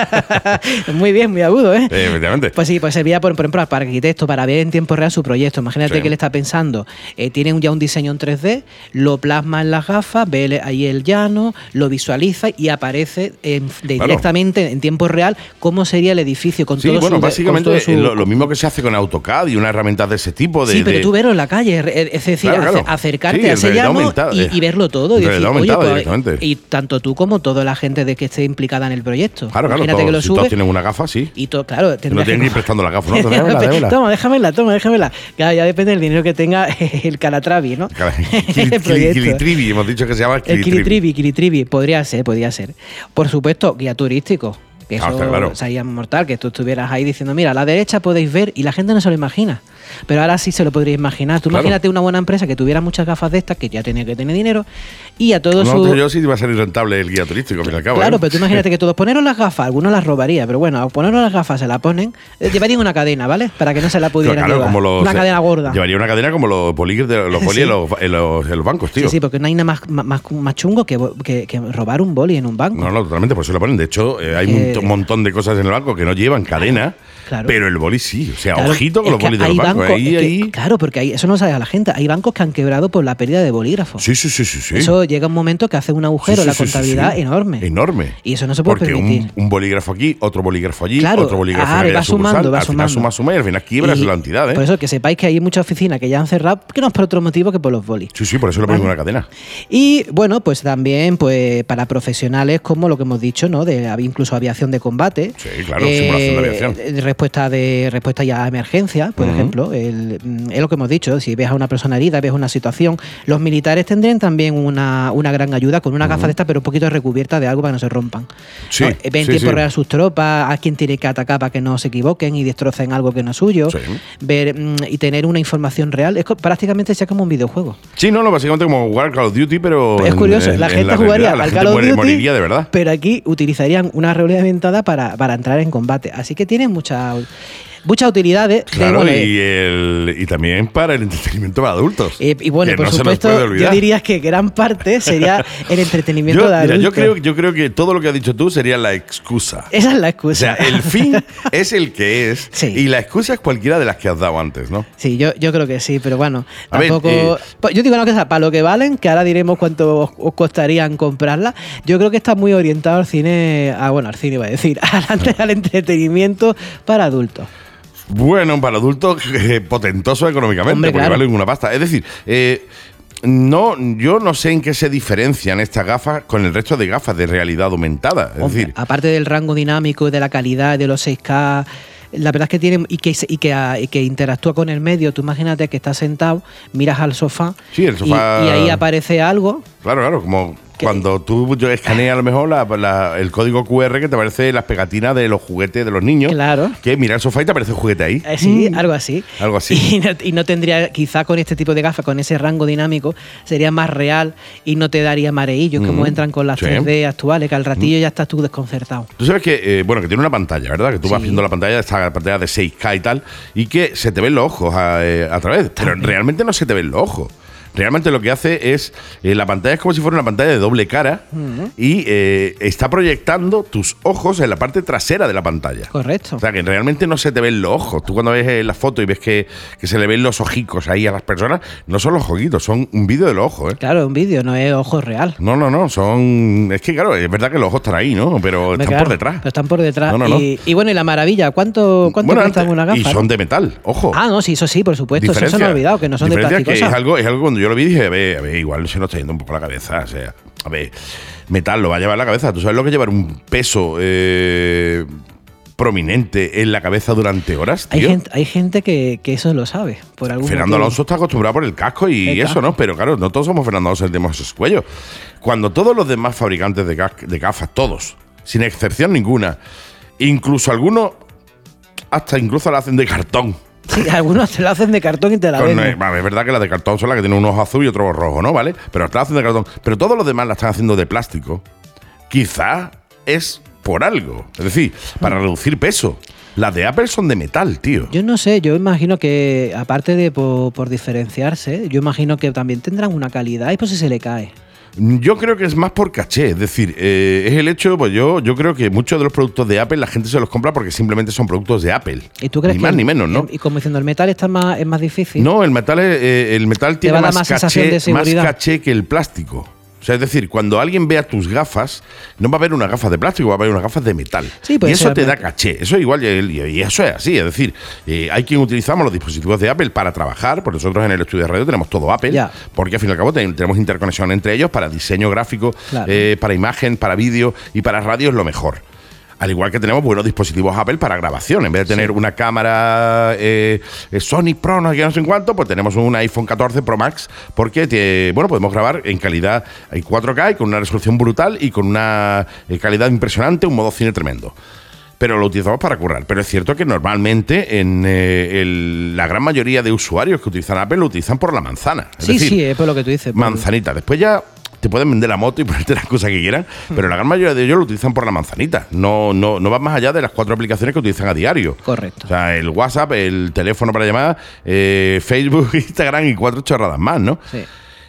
Speaker 3: muy bien, muy agudo, ¿eh?
Speaker 2: Eh, efectivamente.
Speaker 3: Pues sí, pues se servía, por, por ejemplo, para arquitectos, para ver en tiempo real su proyecto. Imagínate
Speaker 2: Sí.
Speaker 3: que él está pensando, eh, tiene un- ya un diseño en 3D, lo plasma en las gafas, ve el- ahí el llano, lo visualiza y aparece en- de-
Speaker 2: Claro.
Speaker 3: directamente en tiempo real cómo sería el edificio con
Speaker 2: Sí,
Speaker 3: todo
Speaker 2: bueno,
Speaker 3: su- con
Speaker 2: básicamente
Speaker 3: todo su-
Speaker 2: eh, lo, lo mismo que se hace con AutoCAD y unas herramientas de ese tipo. De,
Speaker 3: sí, pero
Speaker 2: de-
Speaker 3: tú verlo en la calle, re- eh, es decir,
Speaker 2: Claro,
Speaker 3: ace-
Speaker 2: claro.
Speaker 3: acercarte
Speaker 2: Sí,
Speaker 3: a ese
Speaker 2: realidad
Speaker 3: llano
Speaker 2: aumentada,
Speaker 3: y,
Speaker 2: eh.
Speaker 3: y verlo todo. Y,
Speaker 2: Realidad
Speaker 3: decir, oye,
Speaker 2: aumentada
Speaker 3: pues,
Speaker 2: directamente.
Speaker 3: y tanto tú como toda la gente de que esté implicada en el proyecto.
Speaker 2: Claro, claro,
Speaker 3: Imagínate
Speaker 2: todos,
Speaker 3: que lo
Speaker 2: si todos
Speaker 3: subes
Speaker 2: tienen una gafa, sí.
Speaker 3: y todo, claro,
Speaker 2: Que no
Speaker 3: tendrías
Speaker 2: tienen que ir
Speaker 3: coger-
Speaker 2: prestando la gafa, ¿no? Déjamela, déjamela.
Speaker 3: Toma, déjamela, toma, déjamela. Claro, ya depende del dinero que tenga el Calatravi, ¿no?
Speaker 2: Cara,
Speaker 3: El
Speaker 2: kili- kili-
Speaker 3: proyecto.
Speaker 2: Kilitribi, hemos dicho que se llama
Speaker 3: El
Speaker 2: Kilitribi.
Speaker 3: Kilitribi, Kilitribi, podría ser, podría ser. Por supuesto, guía turístico. Que
Speaker 2: Ah,
Speaker 3: eso
Speaker 2: está claro.
Speaker 3: sería mortal, que tú estuvieras ahí diciendo, mira, a la derecha podéis ver, y la gente no se lo imagina. Pero ahora sí se lo podría imaginar. Tú
Speaker 2: Claro.
Speaker 3: imagínate una buena empresa que tuviera muchas gafas de estas, que ya tenía que tener dinero, y a
Speaker 2: Pues No,
Speaker 3: todos sus.
Speaker 2: no, yo sí iba a ser rentable el guía turístico, al fin y al cabo.
Speaker 3: Claro,
Speaker 2: ¿eh?
Speaker 3: pero tú imagínate que todos poneros las gafas, algunos las robaría, pero bueno, a poneros las gafas se la ponen, eh, llevarían una cadena, ¿vale? Para que no se la
Speaker 2: Pero
Speaker 3: pudieran
Speaker 2: claro,
Speaker 3: llevar.
Speaker 2: como los- eh,
Speaker 3: una cadena gorda.
Speaker 2: Llevaría una cadena como los bolígrafos de los, bolis
Speaker 3: Sí.
Speaker 2: en, los, en los- en los bancos, tío.
Speaker 3: Sí, sí, porque no hay nada más, más- más, más chungo que, bo- que- que robar un boli en un banco.
Speaker 2: No, no, totalmente, por eso lo ponen. De hecho, eh, hay
Speaker 3: Eh,
Speaker 2: un montón de cosas en el banco que no llevan cadena,
Speaker 3: Claro.
Speaker 2: pero el boli sí. O sea,
Speaker 3: Claro,
Speaker 2: ojito
Speaker 3: es
Speaker 2: con los
Speaker 3: que
Speaker 2: bolis de
Speaker 3: hay
Speaker 2: los bancos.
Speaker 3: bancos-
Speaker 2: ahí,
Speaker 3: es que-
Speaker 2: ahí.
Speaker 3: Claro, porque hay- eso no sabe a la gente. Hay bancos que han quebrado por la pérdida de bolígrafos.
Speaker 2: Sí, sí, sí, sí. sí.
Speaker 3: Eso llega un momento que hace un agujero
Speaker 2: Sí,
Speaker 3: la
Speaker 2: sí, sí, sí,
Speaker 3: contabilidad
Speaker 2: sí.
Speaker 3: enorme.
Speaker 2: Enorme.
Speaker 3: Y eso no se puede
Speaker 2: Porque un-
Speaker 3: permitir.
Speaker 2: Un, bolígrafo aquí, otro bolígrafo allí,
Speaker 3: Claro,
Speaker 2: otro bolígrafo
Speaker 3: ah,
Speaker 2: en aquella
Speaker 3: va sumando,
Speaker 2: sucursal,
Speaker 3: va
Speaker 2: al
Speaker 3: sumando.
Speaker 2: Final suma, suma y al final quiebras
Speaker 3: Y
Speaker 2: la entidad, ¿eh?
Speaker 3: Por eso que sepáis que hay muchas oficinas que ya han cerrado, que no es por otro motivo que por los bolis.
Speaker 2: Sí, sí, por eso le ponen una cadena.
Speaker 3: Y bueno, pues también pues para profesionales como lo que hemos dicho, ¿no? De hab- incluso aviación de combate.
Speaker 2: Sí, claro, simulación de aviación.
Speaker 3: eh, Respuesta de respuesta ya a emergencia, por ejemplo. El- mm, es lo que hemos dicho. Si ves a una persona herida, ves una situación, los militares tendrían también una, una gran ayuda con una gafa de esta, pero un poquito recubierta de algo para que no se rompan.
Speaker 2: Sí,
Speaker 3: ¿No? Eh, Ven
Speaker 2: sí,
Speaker 3: tiempo
Speaker 2: sí.
Speaker 3: real sus tropas, a quién tiene que atacar para que no se equivoquen y destrocen algo que no es suyo.
Speaker 2: Sí.
Speaker 3: Ver mm, y tener una información real. Es co- prácticamente sea como un videojuego.
Speaker 2: Sí, no, no, básicamente como jugar Call of Duty, pero.
Speaker 3: Es
Speaker 2: Pues en-
Speaker 3: curioso,
Speaker 2: en-
Speaker 3: la
Speaker 2: en
Speaker 3: gente
Speaker 2: realidad,
Speaker 3: jugaría
Speaker 2: la
Speaker 3: al
Speaker 2: gente
Speaker 3: Call of
Speaker 2: muere-
Speaker 3: Duty,
Speaker 2: moriría de verdad.
Speaker 3: pero aquí utilizarían una realidad aumentada para, para entrar en combate. Así que tienen muchas muchas utilidades. de,
Speaker 2: Claro,
Speaker 3: ¿eh? bueno,
Speaker 2: y, el, y también para el entretenimiento para adultos.
Speaker 3: eh, y bueno,
Speaker 2: que
Speaker 3: por
Speaker 2: no se nos puede
Speaker 3: supuesto, yo
Speaker 2: olvidar.
Speaker 3: diría que gran parte sería el entretenimiento
Speaker 2: Yo-
Speaker 3: de
Speaker 2: mira,
Speaker 3: adultos.
Speaker 2: yo creo, yo creo que todo lo que has dicho tú sería la excusa.
Speaker 3: Esa es la
Speaker 2: O sea,
Speaker 3: excusa.
Speaker 2: el fin es el que es.
Speaker 3: Sí.
Speaker 2: Y la excusa es cualquiera de las que has dado antes, ¿no?
Speaker 3: Sí, yo, yo creo que sí, pero bueno,
Speaker 2: A ver,
Speaker 3: tampoco.
Speaker 2: eh,
Speaker 3: Pues yo digo una cosa, para lo que valen, que ahora diremos cuánto os, os costarían comprarla, yo creo que está muy orientado al cine, a, bueno, al cine iba a decir, al, al entretenimiento para adultos.
Speaker 2: Bueno, para adultos eh, potentoso económicamente,
Speaker 3: Hombre,
Speaker 2: porque
Speaker 3: claro.
Speaker 2: valen una pasta. Es decir, eh, no, yo no sé en qué se diferencian estas gafas con el resto de gafas de realidad aumentada. Es
Speaker 3: Hombre,
Speaker 2: decir,
Speaker 3: aparte del rango dinámico, de la calidad, de los 6K, la verdad es que tiene y que, se- y que, ah, y que interactúa con el medio. Tú imagínate que estás sentado, miras al sofá,
Speaker 2: Sí, el
Speaker 3: y-
Speaker 2: sofá-
Speaker 3: Y, ahí aparece algo.
Speaker 2: claro, claro, como
Speaker 3: ¿Qué?
Speaker 2: cuando tú yo escaneas a lo mejor la- la- el código QR que te aparece las pegatinas de los juguetes de los niños.
Speaker 3: Claro.
Speaker 2: Que mira el sofá y te aparece un juguete ahí. Mm.
Speaker 3: eh, Sí, algo así.
Speaker 2: Algo así.
Speaker 3: Y no, y no tendría, quizá con este tipo de gafas, con ese rango dinámico, sería más real y no te daría mareillos como
Speaker 2: Mm,
Speaker 3: entran con las
Speaker 2: sí. Mm.
Speaker 3: 3D actuales, que al ratillo ya estás tú desconcertado.
Speaker 2: Tú sabes que, eh, bueno, que tiene una pantalla, ¿verdad? Que tú vas
Speaker 3: Sí.
Speaker 2: viendo la pantalla, esta pantalla de 6K y tal, y que se te ven los ojos a, eh, a través, pero realmente no se te ven los ojos. Realmente lo que hace es, eh, la pantalla es como si fuera una pantalla de doble cara y eh, está proyectando tus ojos en la parte trasera de la pantalla.
Speaker 3: Correcto.
Speaker 2: O sea, que realmente no se te ven los ojos. Tú cuando ves eh, la foto y ves que, que se le ven los ojicos ahí a las personas, no son los ojitos, son un vídeo de los ojos, ¿eh?
Speaker 3: Claro, un vídeo, no es ojo real.
Speaker 2: No, no, no, son... Es que claro, es verdad que los ojos están ahí, ¿no? Pero
Speaker 3: Hombre,
Speaker 2: están
Speaker 3: claro,
Speaker 2: por detrás.
Speaker 3: pero están por detrás.
Speaker 2: No, no, no.
Speaker 3: Y, y bueno, y la maravilla, ¿cuánto, cuánto
Speaker 2: Bueno,
Speaker 3: cuestan
Speaker 2: antes-
Speaker 3: una gafa?
Speaker 2: Y son de metal, ojo.
Speaker 3: Ah, no, sí, eso sí, por supuesto. Eso se me
Speaker 2: Diferencia-
Speaker 3: ha olvidado, que no son de
Speaker 2: diferencia
Speaker 3: plástico.
Speaker 2: que
Speaker 3: o sea,
Speaker 2: es algo, es algo cuando yo lo vi dije, a ver, a ver, igual se nos está yendo un poco la cabeza. O sea, a ver, metal lo va a llevar la cabeza. ¿Tú sabes lo que es llevar un peso eh, prominente en la cabeza durante horas,
Speaker 3: hay,
Speaker 2: tío?
Speaker 3: gente, hay gente que, que eso lo sabe, por algún
Speaker 2: Fernando
Speaker 3: motivo.
Speaker 2: Alonso está acostumbrado por el casco y
Speaker 3: El
Speaker 2: eso,
Speaker 3: casco.
Speaker 2: ¿no? Pero claro, no todos somos Fernando Alonso, tenemos esos cuellos. Cuando todos los demás fabricantes de, gas- de gafas, todos, sin excepción ninguna, incluso algunos, hasta incluso la hacen de cartón.
Speaker 3: Sí, algunos te lo hacen de cartón y te la
Speaker 2: Con-
Speaker 3: venden.
Speaker 2: eh, vale, es verdad que las de cartón son las que tienen un ojo azul y otro rojo, ¿no? ¿Vale? Pero están haciendo de cartón. Pero todos los demás la están haciendo de plástico. Quizá es por algo. Es decir, para reducir peso. Las de Apple son de metal, tío.
Speaker 3: Yo no sé, yo imagino que, aparte de po- por, diferenciarse, yo imagino que también tendrán una calidad y pues si se le cae.
Speaker 2: Yo creo que es más por caché, es decir, eh, es el hecho, pues yo, yo creo que muchos de los productos de Apple la gente se los compra porque simplemente son productos de Apple.
Speaker 3: ¿Y tú crees
Speaker 2: ni
Speaker 3: que
Speaker 2: más
Speaker 3: el-
Speaker 2: ni menos, ¿no?
Speaker 3: el- Y como diciendo, el metal está más, es más difícil.
Speaker 2: No, el metal, es- eh, el metal tiene
Speaker 3: va a dar
Speaker 2: más,
Speaker 3: más sensación
Speaker 2: caché,
Speaker 3: de
Speaker 2: más
Speaker 3: seguridad.
Speaker 2: caché que el plástico. O sea, es decir, cuando alguien vea tus gafas, no va a ver unas gafas de plástico, va a ver unas gafas de metal.
Speaker 3: Sí,
Speaker 2: y
Speaker 3: puede
Speaker 2: eso
Speaker 3: ser,
Speaker 2: te da
Speaker 3: pero-
Speaker 2: caché. Eso igual, y, y- y eso es así. Es decir, eh, hay quien utilizamos los dispositivos de Apple para trabajar, porque nosotros en el estudio de radio tenemos todo Apple,
Speaker 3: Ya.
Speaker 2: porque al fin y al cabo ten- tenemos interconexión entre ellos para diseño gráfico,
Speaker 3: Claro.
Speaker 2: eh, para imagen, para vídeo y para radio es lo mejor. Al igual que tenemos buenos dispositivos Apple para grabación. En vez de tener una cámara eh, eh, Sony Pro, no sé qué, no sé en cuánto, pues tenemos un iPhone 14 Pro Max porque, tiene- bueno, podemos grabar en calidad en 4K y con una resolución brutal y con una eh, calidad impresionante, un modo cine tremendo pero lo utilizamos para currar. Pero es cierto que normalmente en eh, el- la gran mayoría de usuarios que utilizan Apple lo utilizan por la manzana. Es
Speaker 3: sí,
Speaker 2: decir,
Speaker 3: sí, es por lo que tú dices. por-
Speaker 2: manzanita. Después ya te pueden vender la moto y ponerte las cosas que quieran,
Speaker 3: Hmm.
Speaker 2: pero la gran mayoría de ellos lo utilizan por la manzanita. No, no, no van más allá de las cuatro aplicaciones que utilizan a diario.
Speaker 3: Correcto.
Speaker 2: O sea, el WhatsApp, el teléfono para llamar, eh, Facebook, Instagram y cuatro chorradas más, ¿no?
Speaker 3: Sí.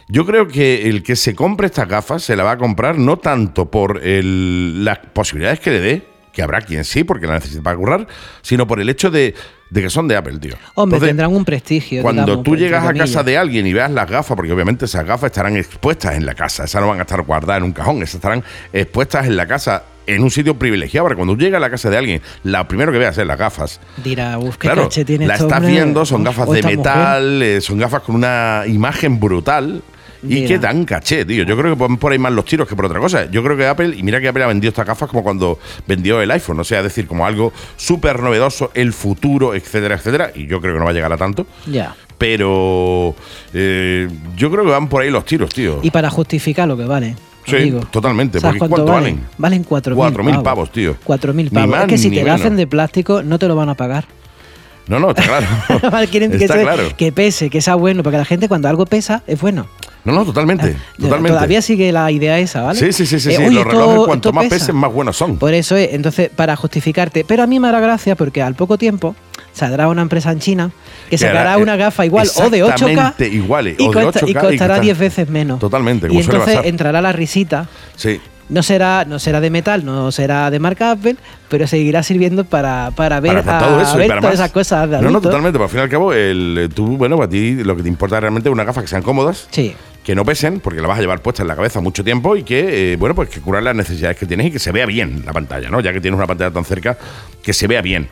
Speaker 2: Yo creo que el que se compre estas gafas se la va a comprar no tanto por el- las posibilidades que le dé, que habrá quien sí, porque la necesita para currar, sino por el hecho de, de que son de Apple, tío.
Speaker 3: Hombre,
Speaker 2: Entonces,
Speaker 3: tendrán un prestigio.
Speaker 2: Cuando
Speaker 3: digamos,
Speaker 2: tú
Speaker 3: entre
Speaker 2: llegas a
Speaker 3: comillas.
Speaker 2: casa de alguien y veas las gafas, porque obviamente esas gafas estarán expuestas en la casa, esas no van a estar guardadas en un cajón, esas estarán expuestas en la casa, en un sitio privilegiado. Porque cuando tú llegas a la casa de alguien, lo primero que veas es las gafas.
Speaker 3: Dirá, uff, qué
Speaker 2: claro,
Speaker 3: caché tiene
Speaker 2: la
Speaker 3: este
Speaker 2: estás
Speaker 3: hombre,
Speaker 2: viendo, son
Speaker 3: uf,
Speaker 2: gafas
Speaker 3: o
Speaker 2: de
Speaker 3: esta mujer.
Speaker 2: metal, eh, son gafas con una imagen brutal. Y
Speaker 3: Mira.
Speaker 2: qué tan caché, tío. Yo creo que van por ahí más los tiros que por otra cosa. Yo creo que Apple, y mira que Apple ha vendido estas gafas como cuando vendió el iPhone, o sea, es decir, como algo súper novedoso, el futuro, etcétera, etcétera. Y yo creo que no va a llegar a tanto.
Speaker 3: Ya.
Speaker 2: Pero eh, yo creo que van por ahí los tiros, tío.
Speaker 3: Y para justificar lo que vale.
Speaker 2: Sí,
Speaker 3: amigo.
Speaker 2: totalmente,
Speaker 3: ¿Sabes
Speaker 2: porque ¿cuánto valen?
Speaker 3: Valen 4.000
Speaker 2: 4.000
Speaker 3: pavos.
Speaker 2: pavos, tío.
Speaker 3: 4.000
Speaker 2: Ni
Speaker 3: pavos.
Speaker 2: más
Speaker 3: es que si
Speaker 2: ni
Speaker 3: te lo
Speaker 2: menos.
Speaker 3: hacen de plástico, no te lo van a pagar.
Speaker 2: No, no, está claro.
Speaker 3: Quieren que,
Speaker 2: está
Speaker 3: se-
Speaker 2: claro.
Speaker 3: que pese, que sea bueno, porque la gente cuando algo pesa, es bueno.
Speaker 2: No, no, totalmente. Totalmente.
Speaker 3: Ah, Todavía sigue la idea esa, ¿vale?
Speaker 2: Sí, sí, sí, sí.
Speaker 3: Eh,
Speaker 2: sí.
Speaker 3: oye,
Speaker 2: los
Speaker 3: esto-
Speaker 2: relojes, cuanto
Speaker 3: esto
Speaker 2: más
Speaker 3: pesa.
Speaker 2: pesen, más buenos son.
Speaker 3: Por eso, eh, entonces, para justificarte. Pero a mí me hará gracia porque al poco tiempo saldrá una empresa en China que
Speaker 2: hará,
Speaker 3: sacará
Speaker 2: eh,
Speaker 3: una gafa igual o de 8K.
Speaker 2: exactamente iguales,
Speaker 3: y,
Speaker 2: o de
Speaker 3: cuesta- y
Speaker 2: 8K, y
Speaker 3: costará
Speaker 2: costará-
Speaker 3: 10 veces menos.
Speaker 2: Totalmente,
Speaker 3: Y
Speaker 2: como suele
Speaker 3: entonces
Speaker 2: pasar.
Speaker 3: entrará la risita.
Speaker 2: Sí.
Speaker 3: No será, no será de metal, no será de marca Apple, pero seguirá sirviendo para, para ver,
Speaker 2: para hacer
Speaker 3: a-
Speaker 2: todo eso
Speaker 3: a
Speaker 2: y
Speaker 3: ver
Speaker 2: para
Speaker 3: todas
Speaker 2: más.
Speaker 3: esas cosas. de
Speaker 2: no, no,
Speaker 3: adulto.
Speaker 2: totalmente. Pero al fin y al cabo, el, tú, bueno, para ti lo que te importa realmente es unas gafas que sean cómodas,
Speaker 3: Sí.
Speaker 2: que no pesen, porque la vas a llevar puesta en la cabeza mucho tiempo y que, eh, bueno, pues que curar las necesidades que tienes y que se vea bien la pantalla, ¿no? Ya que tienes una pantalla tan cerca, que se vea bien.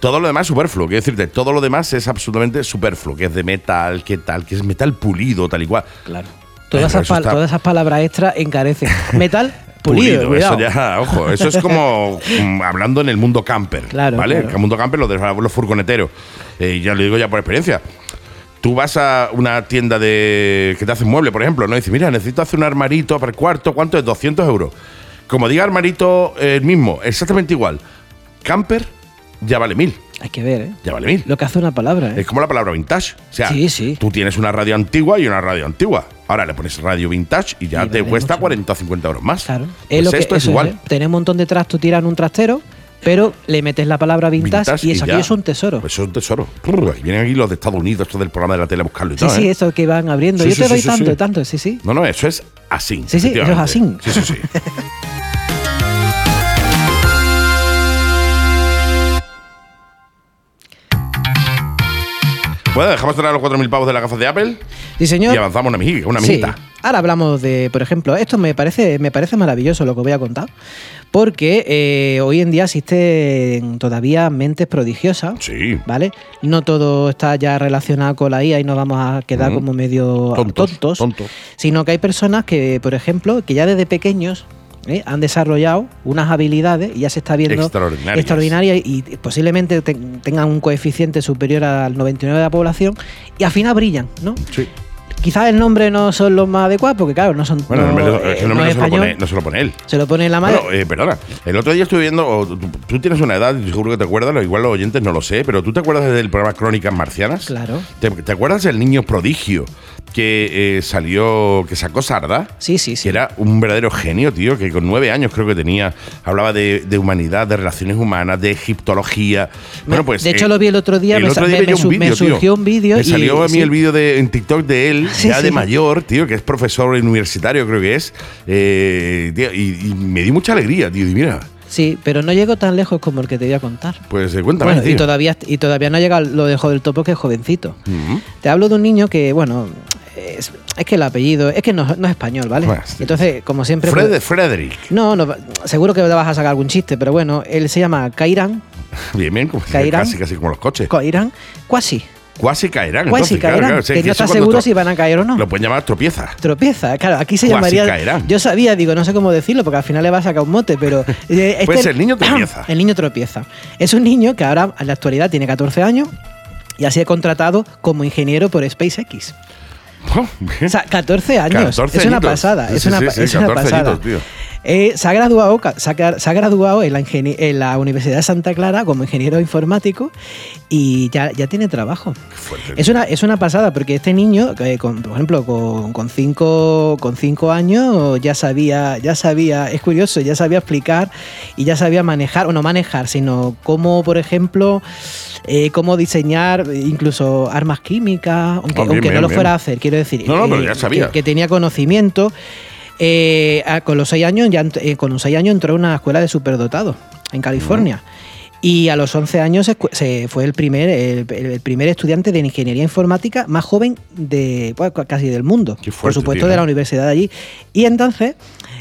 Speaker 2: Todo lo demás es superfluo, quiero decirte, todo lo demás es absolutamente superfluo, que es de metal, que tal, que es metal pulido, tal y cual.
Speaker 3: Claro.
Speaker 2: Pero
Speaker 3: Todas, esas,
Speaker 2: eso
Speaker 3: pal-
Speaker 2: está-
Speaker 3: todas esas palabras extras encarecen. Metal pulido,
Speaker 2: eso
Speaker 3: cuidado.
Speaker 2: ya, ojo, eso es como mm, hablando en el mundo camper,
Speaker 3: Claro,
Speaker 2: ¿vale?
Speaker 3: claro.
Speaker 2: El mundo camper, los, de los furgoneteros, Eh, ya lo digo ya por experiencia. Tú vas a una tienda de que te hacen mueble, por ejemplo, ¿no? Y dices, mira, necesito hacer un armarito para el cuarto, ¿cuánto es? 200 euros. Como diga armarito eh, el mismo, exactamente igual. Camper ya vale mil,
Speaker 3: Hay que ver, ¿eh?
Speaker 2: ya vale mil.
Speaker 3: Lo que hace una palabra, ¿eh?
Speaker 2: Es como la palabra vintage. O sea,
Speaker 3: Sí, sí.
Speaker 2: tú tienes una radio antigua y una radio antigua. Ahora le pones radio vintage y ya
Speaker 3: Y
Speaker 2: te
Speaker 3: vale
Speaker 2: cuesta
Speaker 3: mucho.
Speaker 2: 40 o 50 euros más.
Speaker 3: Claro.
Speaker 2: Pues
Speaker 3: es lo que-
Speaker 2: esto es
Speaker 3: eso
Speaker 2: igual.
Speaker 3: ¿eh? Tener un montón de trastos, tiran un trastero, pero le metes la palabra vintage,
Speaker 2: Vintage
Speaker 3: y eso aquí
Speaker 2: ya.
Speaker 3: es un tesoro.
Speaker 2: Pues es un tesoro. Prr, y vienen aquí los de Estados Unidos, estos del programa de la tele a buscarlo y
Speaker 3: sí,
Speaker 2: todo.
Speaker 3: sí,
Speaker 2: ¿eh?
Speaker 3: eso que van abriendo.
Speaker 2: Sí,
Speaker 3: Yo
Speaker 2: sí,
Speaker 3: te
Speaker 2: sí,
Speaker 3: doy
Speaker 2: sí,
Speaker 3: tanto,
Speaker 2: sí.
Speaker 3: tanto, sí, sí.
Speaker 2: No, no, eso es así.
Speaker 3: Sí, sí, eso es
Speaker 2: efectivamente.
Speaker 3: así.
Speaker 2: Sí, sí, sí. bueno, dejamos traer los 4.000 pavos de las gafas de Apple
Speaker 3: Sí, señor.
Speaker 2: y avanzamos una mijita. Una
Speaker 3: Sí.
Speaker 2: mijita.
Speaker 3: Ahora hablamos de, por ejemplo, esto me parece, me parece maravilloso lo que voy a contar, porque eh, hoy en día existen todavía mentes prodigiosas.
Speaker 2: Sí.
Speaker 3: ¿Vale? No todo está ya relacionado con la IA y nos vamos a quedar
Speaker 2: Mm.
Speaker 3: como medio
Speaker 2: Tontos,
Speaker 3: tontos,
Speaker 2: tontos.
Speaker 3: sino que hay personas que, por ejemplo, que ya desde pequeños ¿eh? han desarrollado unas habilidades y ya se está viendo
Speaker 2: Extraordinarias.
Speaker 3: extraordinaria y posiblemente te- tengan un coeficiente superior al 99 de la población y al final brillan, ¿no?
Speaker 2: Sí.
Speaker 3: Quizás el nombre no son los más adecuados, porque claro, no son.
Speaker 2: Bueno,
Speaker 3: no,
Speaker 2: el nombre-
Speaker 3: eh,
Speaker 2: es que el
Speaker 3: no
Speaker 2: nombre no
Speaker 3: es
Speaker 2: se lo pone-
Speaker 3: español.
Speaker 2: no se lo pone él.
Speaker 3: Se lo pone en la madre.
Speaker 2: Bueno, eh, perdona, el otro día estuve viendo, o tú, tú tienes una edad, seguro que te acuerdas, lo- igual los oyentes no lo sé, pero tú te acuerdas del programa Crónicas Marcianas.
Speaker 3: Claro.
Speaker 2: ¿Te, te acuerdas del niño prodigio que eh, salió, que sacó Sarda?
Speaker 3: sí, sí, sí.
Speaker 2: Que era un verdadero genio, tío, que con nueve años creo que tenía, hablaba de, de humanidad, de relaciones humanas, de egiptología. Bueno, pues.
Speaker 3: de hecho,
Speaker 2: eh,
Speaker 3: lo vi el otro día,
Speaker 2: el
Speaker 3: me,
Speaker 2: otro
Speaker 3: sa-
Speaker 2: día
Speaker 3: me-
Speaker 2: veía
Speaker 3: me
Speaker 2: un
Speaker 3: su- me
Speaker 2: vídeo, tío.
Speaker 3: surgió un vídeo.
Speaker 2: Me
Speaker 3: y-
Speaker 2: salió a mí
Speaker 3: sí.
Speaker 2: el vídeo de, en TikTok de él
Speaker 3: Sí,
Speaker 2: ya
Speaker 3: sí.
Speaker 2: de mayor, tío, que es profesor universitario, creo que es. eh, tío, y, y me di mucha alegría, tío. Y mira,
Speaker 3: Sí, pero no llego tan lejos como el que te voy a contar.
Speaker 2: pues eh, cuéntame,
Speaker 3: Bueno,
Speaker 2: tío.
Speaker 3: y todavía, y todavía no ha llegado lo de del Topo, que es jovencito.
Speaker 2: Ujú.
Speaker 3: Te hablo de un niño que, bueno, es, es que el apellido, es que no, no es español, ¿vale?
Speaker 2: Bueno, sí.
Speaker 3: Entonces, como siempre... pues,
Speaker 2: Fred Frederick.
Speaker 3: No, no, seguro que te vas a sacar algún chiste, pero bueno, él se llama Kairán,
Speaker 2: Bien, bien, como-
Speaker 3: Caerán.
Speaker 2: casi, casi como los coches.
Speaker 3: Kairán, Quasi.
Speaker 2: Cuasi caerán.
Speaker 3: Quasi
Speaker 2: Eh. entonces, claro,
Speaker 3: Kairán,
Speaker 2: claro, sí,
Speaker 3: que
Speaker 2: es eso
Speaker 3: no estás
Speaker 2: cuando
Speaker 3: seguro
Speaker 2: tro-
Speaker 3: si van a caer o no.
Speaker 2: Lo pueden llamar tropieza.
Speaker 3: Tropieza, claro, aquí se
Speaker 2: Quasi
Speaker 3: llamaría.
Speaker 2: Kairán.
Speaker 3: Yo sabía, digo, no sé cómo decirlo, porque al final le va a sacar un mote, pero. eh, este-
Speaker 2: Pues el niño tropieza.
Speaker 3: el niño tropieza. Es un niño que ahora, en la actualidad, tiene 14 años y ha sido contratado como ingeniero por SpaceX. O sea, 14 años.
Speaker 2: 14
Speaker 3: es una
Speaker 2: añitos.
Speaker 3: pasada.
Speaker 2: Sí,
Speaker 3: es
Speaker 2: sí,
Speaker 3: una,
Speaker 2: sí,
Speaker 3: pa-
Speaker 2: sí,
Speaker 3: es una
Speaker 2: 14
Speaker 3: pasada.
Speaker 2: añitos, tío.
Speaker 3: Eh, se ha graduado, ca- se ha, gra- se ha graduado en la, ingeni- en la Universidad de Santa Clara como ingeniero informático y ya, ya tiene trabajo.
Speaker 2: fuerte,
Speaker 3: es,
Speaker 2: tío.
Speaker 3: una, es una pasada porque este niño, eh, con- por ejemplo, con, con, cinco, con cinco años ya sabía, ya sabía, es curioso, ya sabía explicar y ya sabía manejar, o no manejar, sino cómo, por ejemplo, eh, cómo diseñar eh, incluso armas químicas, aunque,
Speaker 2: Ah, bien,
Speaker 3: aunque no
Speaker 2: bien,
Speaker 3: lo
Speaker 2: bien.
Speaker 3: fuera a hacer, quiero decir,
Speaker 2: No, no, pero
Speaker 3: eh,
Speaker 2: ya sabía.
Speaker 3: Que, que tenía conocimiento. Eh, a- con los seis años, ya ent- eh, con los seis años entró a una escuela de superdotados en California. Y a los 11 años se, escu- se fue el primer, el, el primer estudiante de ingeniería informática más joven de pues, ca- casi del mundo.
Speaker 2: Qué fuerte,
Speaker 3: por supuesto,
Speaker 2: tío,
Speaker 3: de la
Speaker 2: ¿eh?
Speaker 3: universidad de allí. Y entonces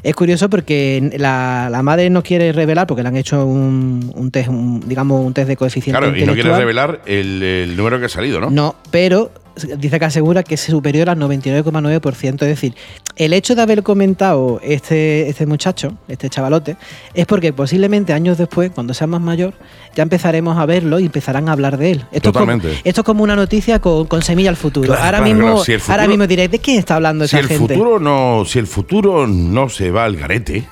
Speaker 3: es curioso porque la, la madre no quiere revelar, porque le han hecho un, un test, un- digamos, un test de coeficiente.
Speaker 2: Claro, y no quieres
Speaker 3: intelectual.
Speaker 2: revelar el, el número que ha salido, ¿no?
Speaker 3: No, pero dice que asegura que es superior al 99,9%. Es decir, el hecho de haber comentado este, este muchacho, este chavalote, es porque posiblemente años después, cuando sea más mayor, ya empezaremos a verlo y empezarán a hablar de él. Esto, Es,
Speaker 2: Totalmente.
Speaker 3: como, esto es como una noticia con, con semilla al futuro.
Speaker 2: Claro,
Speaker 3: ahora,
Speaker 2: claro,
Speaker 3: mismo,
Speaker 2: claro. Si el futuro-
Speaker 3: ahora mismo diréis, ¿de quién está hablando
Speaker 2: si
Speaker 3: esa
Speaker 2: el
Speaker 3: gente?
Speaker 2: futuro no si el futuro no se va al garete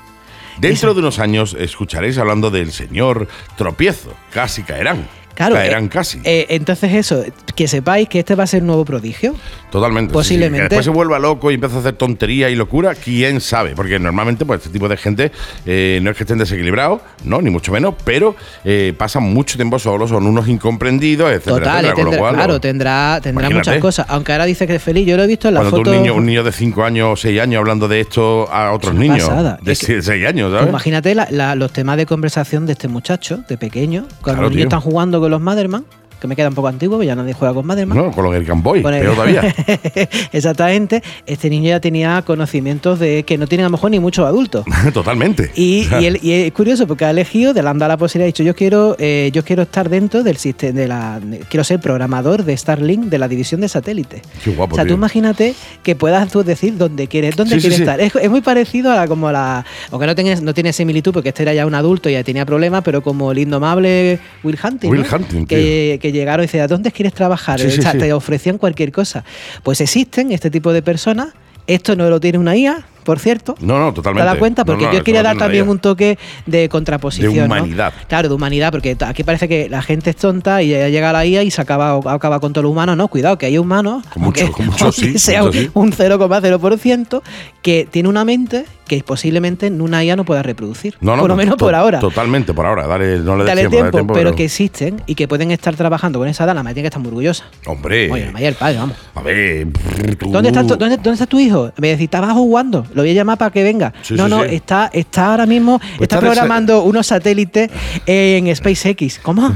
Speaker 2: dentro
Speaker 3: Eso.
Speaker 2: de unos años escucharéis hablando del señor tropiezo casi caerán
Speaker 3: Claro,
Speaker 2: caerán
Speaker 3: eh,
Speaker 2: casi
Speaker 3: eh, entonces eso, que sepáis que este va a ser un nuevo prodigio.
Speaker 2: totalmente sí, sí.
Speaker 3: posiblemente.
Speaker 2: que después se vuelva loco y empieza a hacer tontería y locura quién sabe porque normalmente pues este tipo de gente eh, no es que estén desequilibrados no ni mucho menos pero eh, pasan mucho tiempo solos son unos incomprendidos etcétera,
Speaker 3: Total, eh,
Speaker 2: etcétera, con lo
Speaker 3: tendrá-
Speaker 2: cual,
Speaker 3: claro,
Speaker 2: o-
Speaker 3: tendrá, tendrá
Speaker 2: Imagínate.
Speaker 3: muchas cosas. Aunque ahora dice que es feliz, yo lo he visto en la
Speaker 2: cuando
Speaker 3: foto.
Speaker 2: tú un niño, un niño de 5 años o 6 años hablando de esto a otros
Speaker 3: una
Speaker 2: niños
Speaker 3: pasada.
Speaker 2: de
Speaker 3: Es que-
Speaker 2: 6 años
Speaker 3: Pues
Speaker 2: ¿sabes?
Speaker 3: imagínate la- la- los temas de conversación de este muchacho, de pequeño, cuando
Speaker 2: Claro,
Speaker 3: los niños
Speaker 2: tío.
Speaker 3: están jugando con los Motherman, que me queda un poco antiguo, porque ya nadie juega con Motherman.
Speaker 2: no, con los Erkan Boy,
Speaker 3: Con el-
Speaker 2: peor todavía.
Speaker 3: Exactamente, este niño ya tenía conocimientos de que no tienen a lo mejor ni muchos adultos.
Speaker 2: Totalmente.
Speaker 3: Y, y él- y es curioso porque ha elegido, de la han dado la posibilidad, ha dicho yo quiero, eh, yo quiero estar dentro del sistema, de la, quiero ser programador de Starlink de la división de satélites.
Speaker 2: Qué guapo,
Speaker 3: o sea, tú
Speaker 2: tío.
Speaker 3: imagínate que puedas tú decir dónde quieres, dónde
Speaker 2: Sí, sí,
Speaker 3: quieres
Speaker 2: sí.
Speaker 3: estar. Es, es muy parecido a la, como a la, aunque no tienes, no tiene similitud porque este era ya un adulto y ya tenía problemas, pero como el indomable Will Hunting,
Speaker 2: Will
Speaker 3: ¿no?
Speaker 2: Hunting,
Speaker 3: que, que llegaron y decían ¿dónde quieres trabajar?
Speaker 2: Sí, sí,
Speaker 3: O sea,
Speaker 2: sí.
Speaker 3: Te ofrecían cualquier cosa. Pues existen este tipo de personas. Esto no lo tiene una IA, por cierto.
Speaker 2: No, no, totalmente.
Speaker 3: ¿Te das cuenta?
Speaker 2: No,
Speaker 3: Porque
Speaker 2: no,
Speaker 3: yo
Speaker 2: eso
Speaker 3: quería
Speaker 2: no
Speaker 3: dar
Speaker 2: tiene
Speaker 3: también
Speaker 2: nadie.
Speaker 3: un toque de contraposición.
Speaker 2: De
Speaker 3: ¿no?
Speaker 2: humanidad.
Speaker 3: Claro, de humanidad, porque t- aquí parece que la gente es tonta y ya llega la IA y se acaba, acaba con todo lo humano. No, cuidado, que hay humanos,
Speaker 2: Con mucho-
Speaker 3: aunque-
Speaker 2: con mucho
Speaker 3: aunque
Speaker 2: sí,
Speaker 3: sea
Speaker 2: mucho sí.
Speaker 3: un 0,0%, que tiene una mente que posiblemente en una IA no pueda reproducir.
Speaker 2: No, no,
Speaker 3: por lo
Speaker 2: to-
Speaker 3: menos por
Speaker 2: to-
Speaker 3: ahora.
Speaker 2: Totalmente, por ahora. Dale, no le des
Speaker 3: Dale
Speaker 2: tiempo,
Speaker 3: tiempo,
Speaker 2: dale tiempo,
Speaker 3: pero que existen y que pueden estar trabajando con esa edad. La madre tiene que estar muy orgullosa.
Speaker 2: Hombre.
Speaker 3: Oye, la madre y el padre, vamos.
Speaker 2: A ver. brr, tú-
Speaker 3: ¿Dónde está, tu, dónde, dónde está tu hijo? Me decís, estaba jugando. Lo voy a llamar para que venga.
Speaker 2: Sí,
Speaker 3: no,
Speaker 2: sí,
Speaker 3: no,
Speaker 2: sí. Pues
Speaker 3: Está, está ahora mismo, está
Speaker 2: está desa-
Speaker 3: programando unos satélites en SpaceX. ¿Cómo?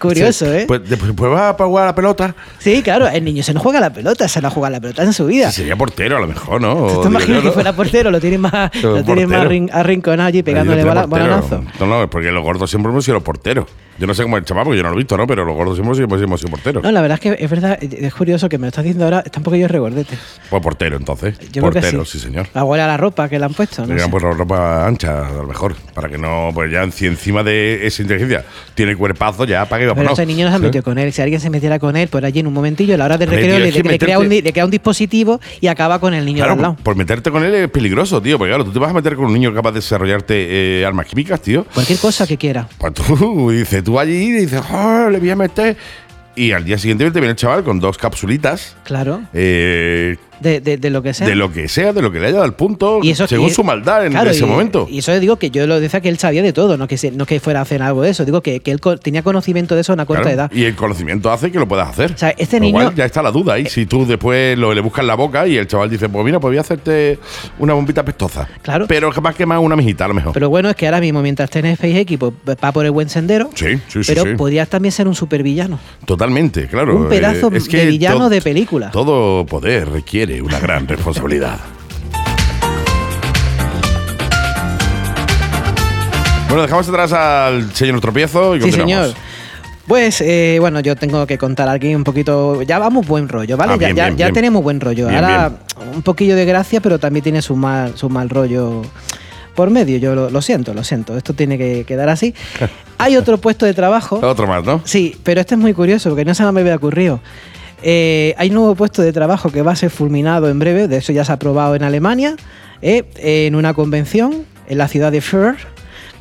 Speaker 3: Curioso,
Speaker 2: Sí,
Speaker 3: ¿eh?
Speaker 2: Pues, de- pues va para jugar a la pelota.
Speaker 3: sí, claro, el niño se no juega la pelota, se no juega la pelota en su vida.
Speaker 2: Sí, sería portero, a lo mejor, ¿no? O
Speaker 3: ¿Tú te
Speaker 2: digo
Speaker 3: imaginas
Speaker 2: yo,
Speaker 3: que
Speaker 2: ¿no?
Speaker 3: fuera portero? Lo tienen más,
Speaker 2: Pero
Speaker 3: lo tienen más
Speaker 2: portero.
Speaker 3: arrin- arrinconado allí pegándole
Speaker 2: Yo
Speaker 3: bala-
Speaker 2: tenía portero.
Speaker 3: balonazo.
Speaker 2: No, no, porque los gordos siempre hemos sido los porteros. Yo no sé cómo el chaval, porque yo no lo he visto, ¿no? Pero los gordos siempre hemos sido- hemos sido porteros.
Speaker 3: No, la verdad es que es verdad, es curioso que me lo estás diciendo ahora, está un poquillo regordete.
Speaker 2: Pues portero, entonces.
Speaker 3: Yo creo que
Speaker 2: portero, sí, señor.
Speaker 3: Ahora la ropa que le han puesto, no
Speaker 2: Le
Speaker 3: sé.
Speaker 2: dan por la ropa ancha, a lo mejor, para que no, pues ya enci- encima de esa inteligencia tiene cuerpazo, ya para que
Speaker 3: Pero
Speaker 2: vámonos.
Speaker 3: este niño no se ha
Speaker 2: ¿Sí?
Speaker 3: metido con él. Si alguien se metiera con él por allí en un momentillo, a la hora de
Speaker 2: Hombre,
Speaker 3: recreo
Speaker 2: tío,
Speaker 3: le,
Speaker 2: es que
Speaker 3: le crea un,
Speaker 2: meterte-
Speaker 3: di- le crea un dispositivo y acaba con el niño
Speaker 2: Claro,
Speaker 3: de al lado.
Speaker 2: por, por meterte con él es peligroso, tío, porque claro, tú te vas a meter con un niño capaz de desarrollarte eh, armas químicas, tío.
Speaker 3: Cualquier cosa que quiera.
Speaker 2: Pues tú dices, tú allí dices, "Ah, le voy a meter. Y al día siguiente te viene el chaval con dos capsulitas
Speaker 3: Claro.
Speaker 2: eh,
Speaker 3: de, de- de lo que sea.
Speaker 2: De lo que sea, de lo que le haya dado el punto,
Speaker 3: Y eso-
Speaker 2: según
Speaker 3: y-
Speaker 2: su maldad en
Speaker 3: claro,
Speaker 2: ese
Speaker 3: y-
Speaker 2: momento.
Speaker 3: Y eso digo que yo lo decía que él sabía de todo, no que, se- no que fuera a hacer algo de eso. Digo que, que él co- tenía conocimiento de eso a una corta
Speaker 2: Claro,
Speaker 3: edad.
Speaker 2: Y el conocimiento hace que lo puedas hacer.
Speaker 3: O sea, este
Speaker 2: Lo cual
Speaker 3: niño- eh,
Speaker 2: ya está la duda ahí. Si tú después lo, le buscas la boca y el chaval dice, pues mira, pues voy a hacerte una bombita pestoza.
Speaker 3: Claro.
Speaker 2: Pero capaz que más una mijita a lo mejor.
Speaker 3: Pero bueno, es que ahora mismo, mientras tenés SpaceX, pues va por el buen sendero.
Speaker 2: Sí, sí, sí,
Speaker 3: Pero
Speaker 2: sí.
Speaker 3: podías también ser un supervillano.
Speaker 2: Totalmente, claro. Eh,
Speaker 3: Un pedazo de villano
Speaker 2: to-
Speaker 3: de película.
Speaker 2: Todo poder requiere una gran responsabilidad. Bueno, dejamos atrás al señor Tropiezo y
Speaker 3: Sí,
Speaker 2: continuamos.
Speaker 3: señor. Pues eh, bueno, yo tengo que contar aquí un poquito. Ya vamos buen rollo, ¿vale?
Speaker 2: Ah,
Speaker 3: Ya-
Speaker 2: bien,
Speaker 3: ya
Speaker 2: bien,
Speaker 3: ya
Speaker 2: bien.
Speaker 3: tenemos buen rollo.
Speaker 2: Bien,
Speaker 3: Ahora un poquillo de gracia, pero también tiene su mal, su mal rollo por medio. Yo lo, lo siento, lo siento. Esto tiene que quedar así. Hay otro puesto de trabajo.
Speaker 2: Otro más, ¿no?
Speaker 3: Sí, pero este es muy curioso porque no se me había ocurrido. Eh, hay un nuevo puesto de trabajo que va a ser fulminado en breve, de eso ya se ha aprobado en Alemania, eh, en una convención en la ciudad de Fürth,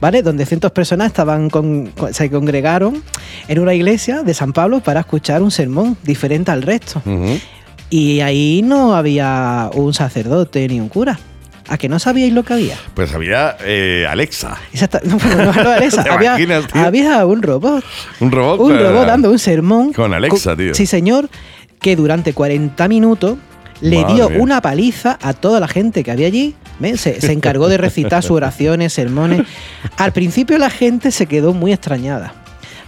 Speaker 3: ¿vale? Donde cientos de personas estaban con- con- se congregaron en una iglesia de San Pablo para escuchar un sermón diferente al resto.
Speaker 2: Ujú.
Speaker 3: Y ahí no había un sacerdote ni un cura. ¿A que no sabíais lo que había?
Speaker 2: Pues había eh, Alexa,
Speaker 3: Exacta- no, no, no era esa.
Speaker 2: ¿Te
Speaker 3: había,
Speaker 2: imaginas, tío?
Speaker 3: había un robot
Speaker 2: un robot.
Speaker 3: un
Speaker 2: eh,
Speaker 3: robot dando un sermón.
Speaker 2: con Alexa, tío.
Speaker 3: Sí, señor, que durante 40 minutos le
Speaker 2: Madre
Speaker 3: dio
Speaker 2: mía.
Speaker 3: una paliza a toda la gente que había allí. ¿Ves? Se, se encargó de recitar sus oraciones, sermones. Al principio la gente se quedó muy extrañada.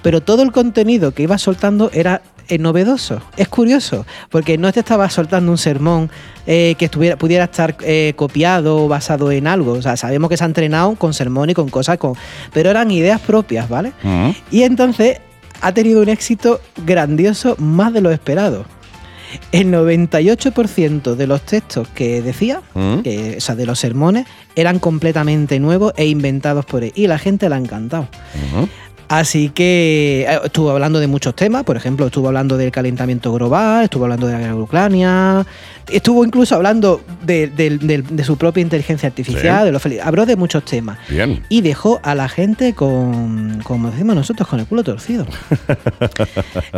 Speaker 3: Pero todo el contenido que iba soltando era eh, novedoso. Es curioso, porque no te estaba soltando un sermón eh, que estuviera, pudiera estar eh, copiado o basado en algo. O sea, sabemos que se ha entrenado con sermón y con cosas, con... pero eran ideas propias, ¿vale?
Speaker 2: Ujú.
Speaker 3: Y entonces ha tenido un éxito grandioso más de lo esperado. El 98% de los textos que decía,
Speaker 2: Mm.
Speaker 3: que, o sea, de los sermones, eran completamente nuevos e inventados por él. Y la gente la ha encantado.
Speaker 2: Ujú.
Speaker 3: Así que eh, estuvo hablando de muchos temas, por ejemplo, estuvo hablando del calentamiento global, estuvo hablando de la guerra de Ucrania, estuvo incluso hablando de, del- del- de su propia inteligencia artificial,
Speaker 2: Sí.
Speaker 3: de los fel- habló de muchos temas
Speaker 2: Bien.
Speaker 3: y dejó a la gente con, como decimos nosotros, con el culo torcido.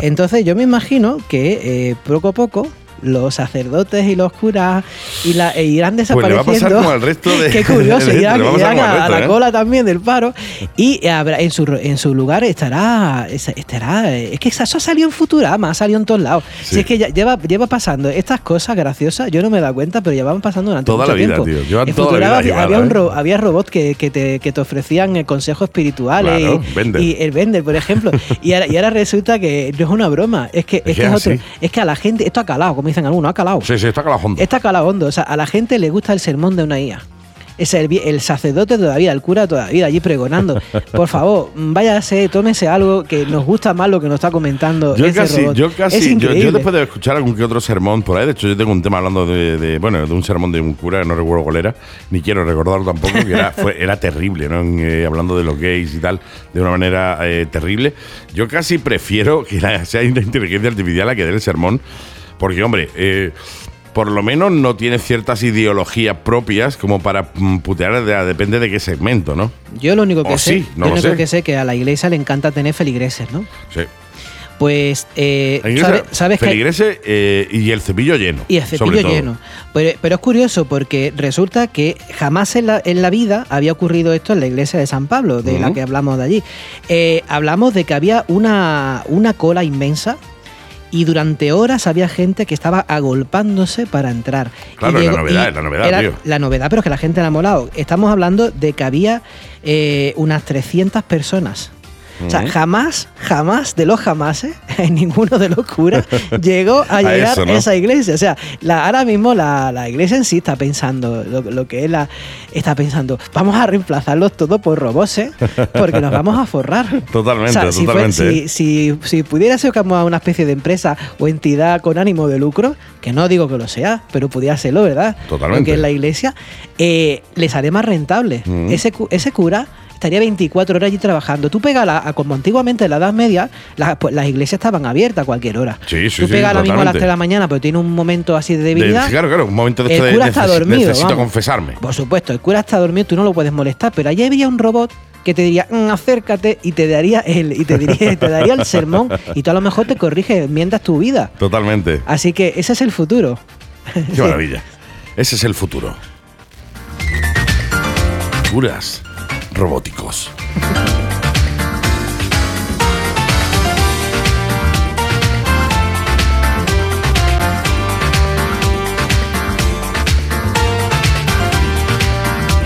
Speaker 3: Entonces yo me imagino que eh, poco a poco los sacerdotes y los curas y la, e irán
Speaker 2: Pues le va a
Speaker 3: desapareciendo.
Speaker 2: pasar como al resto de-
Speaker 3: Qué curioso,
Speaker 2: de-
Speaker 3: irán,
Speaker 2: le va a pasar
Speaker 3: irán
Speaker 2: como al
Speaker 3: a, a
Speaker 2: resto,
Speaker 3: la
Speaker 2: ¿eh?
Speaker 3: cola también del paro y habrá, en, su, en su lugar estará, es- estará eh, es que eso ha salido en Futurama, ha salido en todos lados.
Speaker 2: Sí.
Speaker 3: Si es que ya- lleva, lleva pasando estas cosas graciosas, yo no me he dado cuenta, pero llevaban pasando durante
Speaker 2: Toda
Speaker 3: mucho
Speaker 2: la vida,
Speaker 3: tiempo.
Speaker 2: tío. Llevan
Speaker 3: En
Speaker 2: toda la
Speaker 3: Futurama
Speaker 2: vida
Speaker 3: había-
Speaker 2: llevada,
Speaker 3: había un
Speaker 2: ¿eh?
Speaker 3: ro- había robots que, que te, que te ofrecían eh, consejos espirituales.
Speaker 2: Claro,
Speaker 3: y,
Speaker 2: Bender.
Speaker 3: y el vender, por ejemplo. y, ahora, y ahora resulta que no es una broma. Es que, es,
Speaker 2: que
Speaker 3: que es
Speaker 2: es
Speaker 3: otro-
Speaker 2: así.
Speaker 3: es que a la gente, esto ha calado, como dicen algunos, ha calado.
Speaker 2: Sí, sí, está con la Honda.
Speaker 3: Está calado hondo. O sea, a la gente le gusta el sermón de una IA. Es el, vi- el sacerdote todavía, el cura todavía allí pregonando. Por favor, mm, váyase, tómese algo que nos gusta más lo que nos está comentando
Speaker 2: Yo
Speaker 3: ese
Speaker 2: casi,
Speaker 3: robot.
Speaker 2: yo
Speaker 3: Es
Speaker 2: casi, yo, yo
Speaker 3: increíble.
Speaker 2: después de escuchar algún que otro sermón por ahí, de hecho yo tengo un tema hablando de, de, bueno, de un sermón de un cura, que no recuerdo cuál era, ni quiero recordarlo tampoco, que era, fue- era terrible, ¿no? En, eh, hablando de los gays y tal, de una manera eh, terrible. Yo casi prefiero que la- sea la inteligencia artificial la que dé el sermón, porque hombre, eh, por lo menos no tiene ciertas ideologías propias como para mm, putear, de- depende de qué segmento, ¿no?
Speaker 3: Yo lo único que
Speaker 2: O
Speaker 3: sé,
Speaker 2: Oh, sí, no
Speaker 3: yo
Speaker 2: lo
Speaker 3: lo único
Speaker 2: sé.
Speaker 3: que sé que a la iglesia le encanta tener feligreses, ¿no?
Speaker 2: Sí.
Speaker 3: Pues eh,
Speaker 2: La iglesia,
Speaker 3: ¿sabe- sabes que hay-
Speaker 2: feligrese, eh, y el cepillo lleno.
Speaker 3: y el
Speaker 2: sobre
Speaker 3: cepillo
Speaker 2: todo.
Speaker 3: lleno. Pero, pero es curioso porque resulta que jamás en la, en la vida había ocurrido esto en la iglesia de San Pablo, de la
Speaker 2: Ujú.
Speaker 3: que hablamos de allí. Eh, hablamos de que había una, una cola inmensa y durante horas había gente que estaba agolpándose para entrar.
Speaker 2: Claro,
Speaker 3: Y
Speaker 2: es la novedad, es la novedad,
Speaker 3: era
Speaker 2: tío.
Speaker 3: La novedad, pero es que la gente la ha molado. Estamos hablando de que había eh, unas 300 personas. O sea,
Speaker 2: Ujú.
Speaker 3: jamás, jamás de los jamases, ninguno de los curas llegó a
Speaker 2: A
Speaker 3: llegar
Speaker 2: eso, ¿no?
Speaker 3: esa iglesia. O sea, la, ahora mismo la, la iglesia en sí está pensando, lo, lo que es la. Está pensando, vamos a reemplazarlos todos por robots, ¿eh? porque nos vamos a forrar.
Speaker 2: Totalmente,
Speaker 3: O sea, si fue-
Speaker 2: totalmente. ¿eh?
Speaker 3: si- si, si pudiera ser como una especie de empresa o entidad con ánimo de lucro, que no digo que lo sea, pero pudiera serlo, ¿verdad?
Speaker 2: Totalmente.
Speaker 3: Porque en la iglesia eh, les haré más rentable.
Speaker 2: Mm.
Speaker 3: Ese, cu- ese cura estaría 24 horas allí trabajando. Tú pega la, a- como antiguamente en la Edad Media, las, pues, las iglesias estaban abiertas a cualquier hora.
Speaker 2: Sí, sí,
Speaker 3: Tú
Speaker 2: sí,
Speaker 3: pega ahora mismo a las
Speaker 2: totalmente.
Speaker 3: 3 de la mañana, pero tiene un momento así de
Speaker 2: De-
Speaker 3: debilidad.
Speaker 2: claro, claro, un momento de
Speaker 3: El
Speaker 2: esto de
Speaker 3: cura está
Speaker 2: neces-
Speaker 3: dormido,
Speaker 2: necesito
Speaker 3: vamos.
Speaker 2: confesarme.
Speaker 3: Por supuesto, el cura está dormido, tú no lo puedes molestar, pero allí había un robot que te diría, "Mm, acércate y te daría el, y te diría, te daría el sermón y tú a lo mejor te corriges, enmiendas tu vida.
Speaker 2: Totalmente.
Speaker 3: Así que ese es el futuro.
Speaker 2: Qué maravilla. Ese es el futuro. Curas robóticos.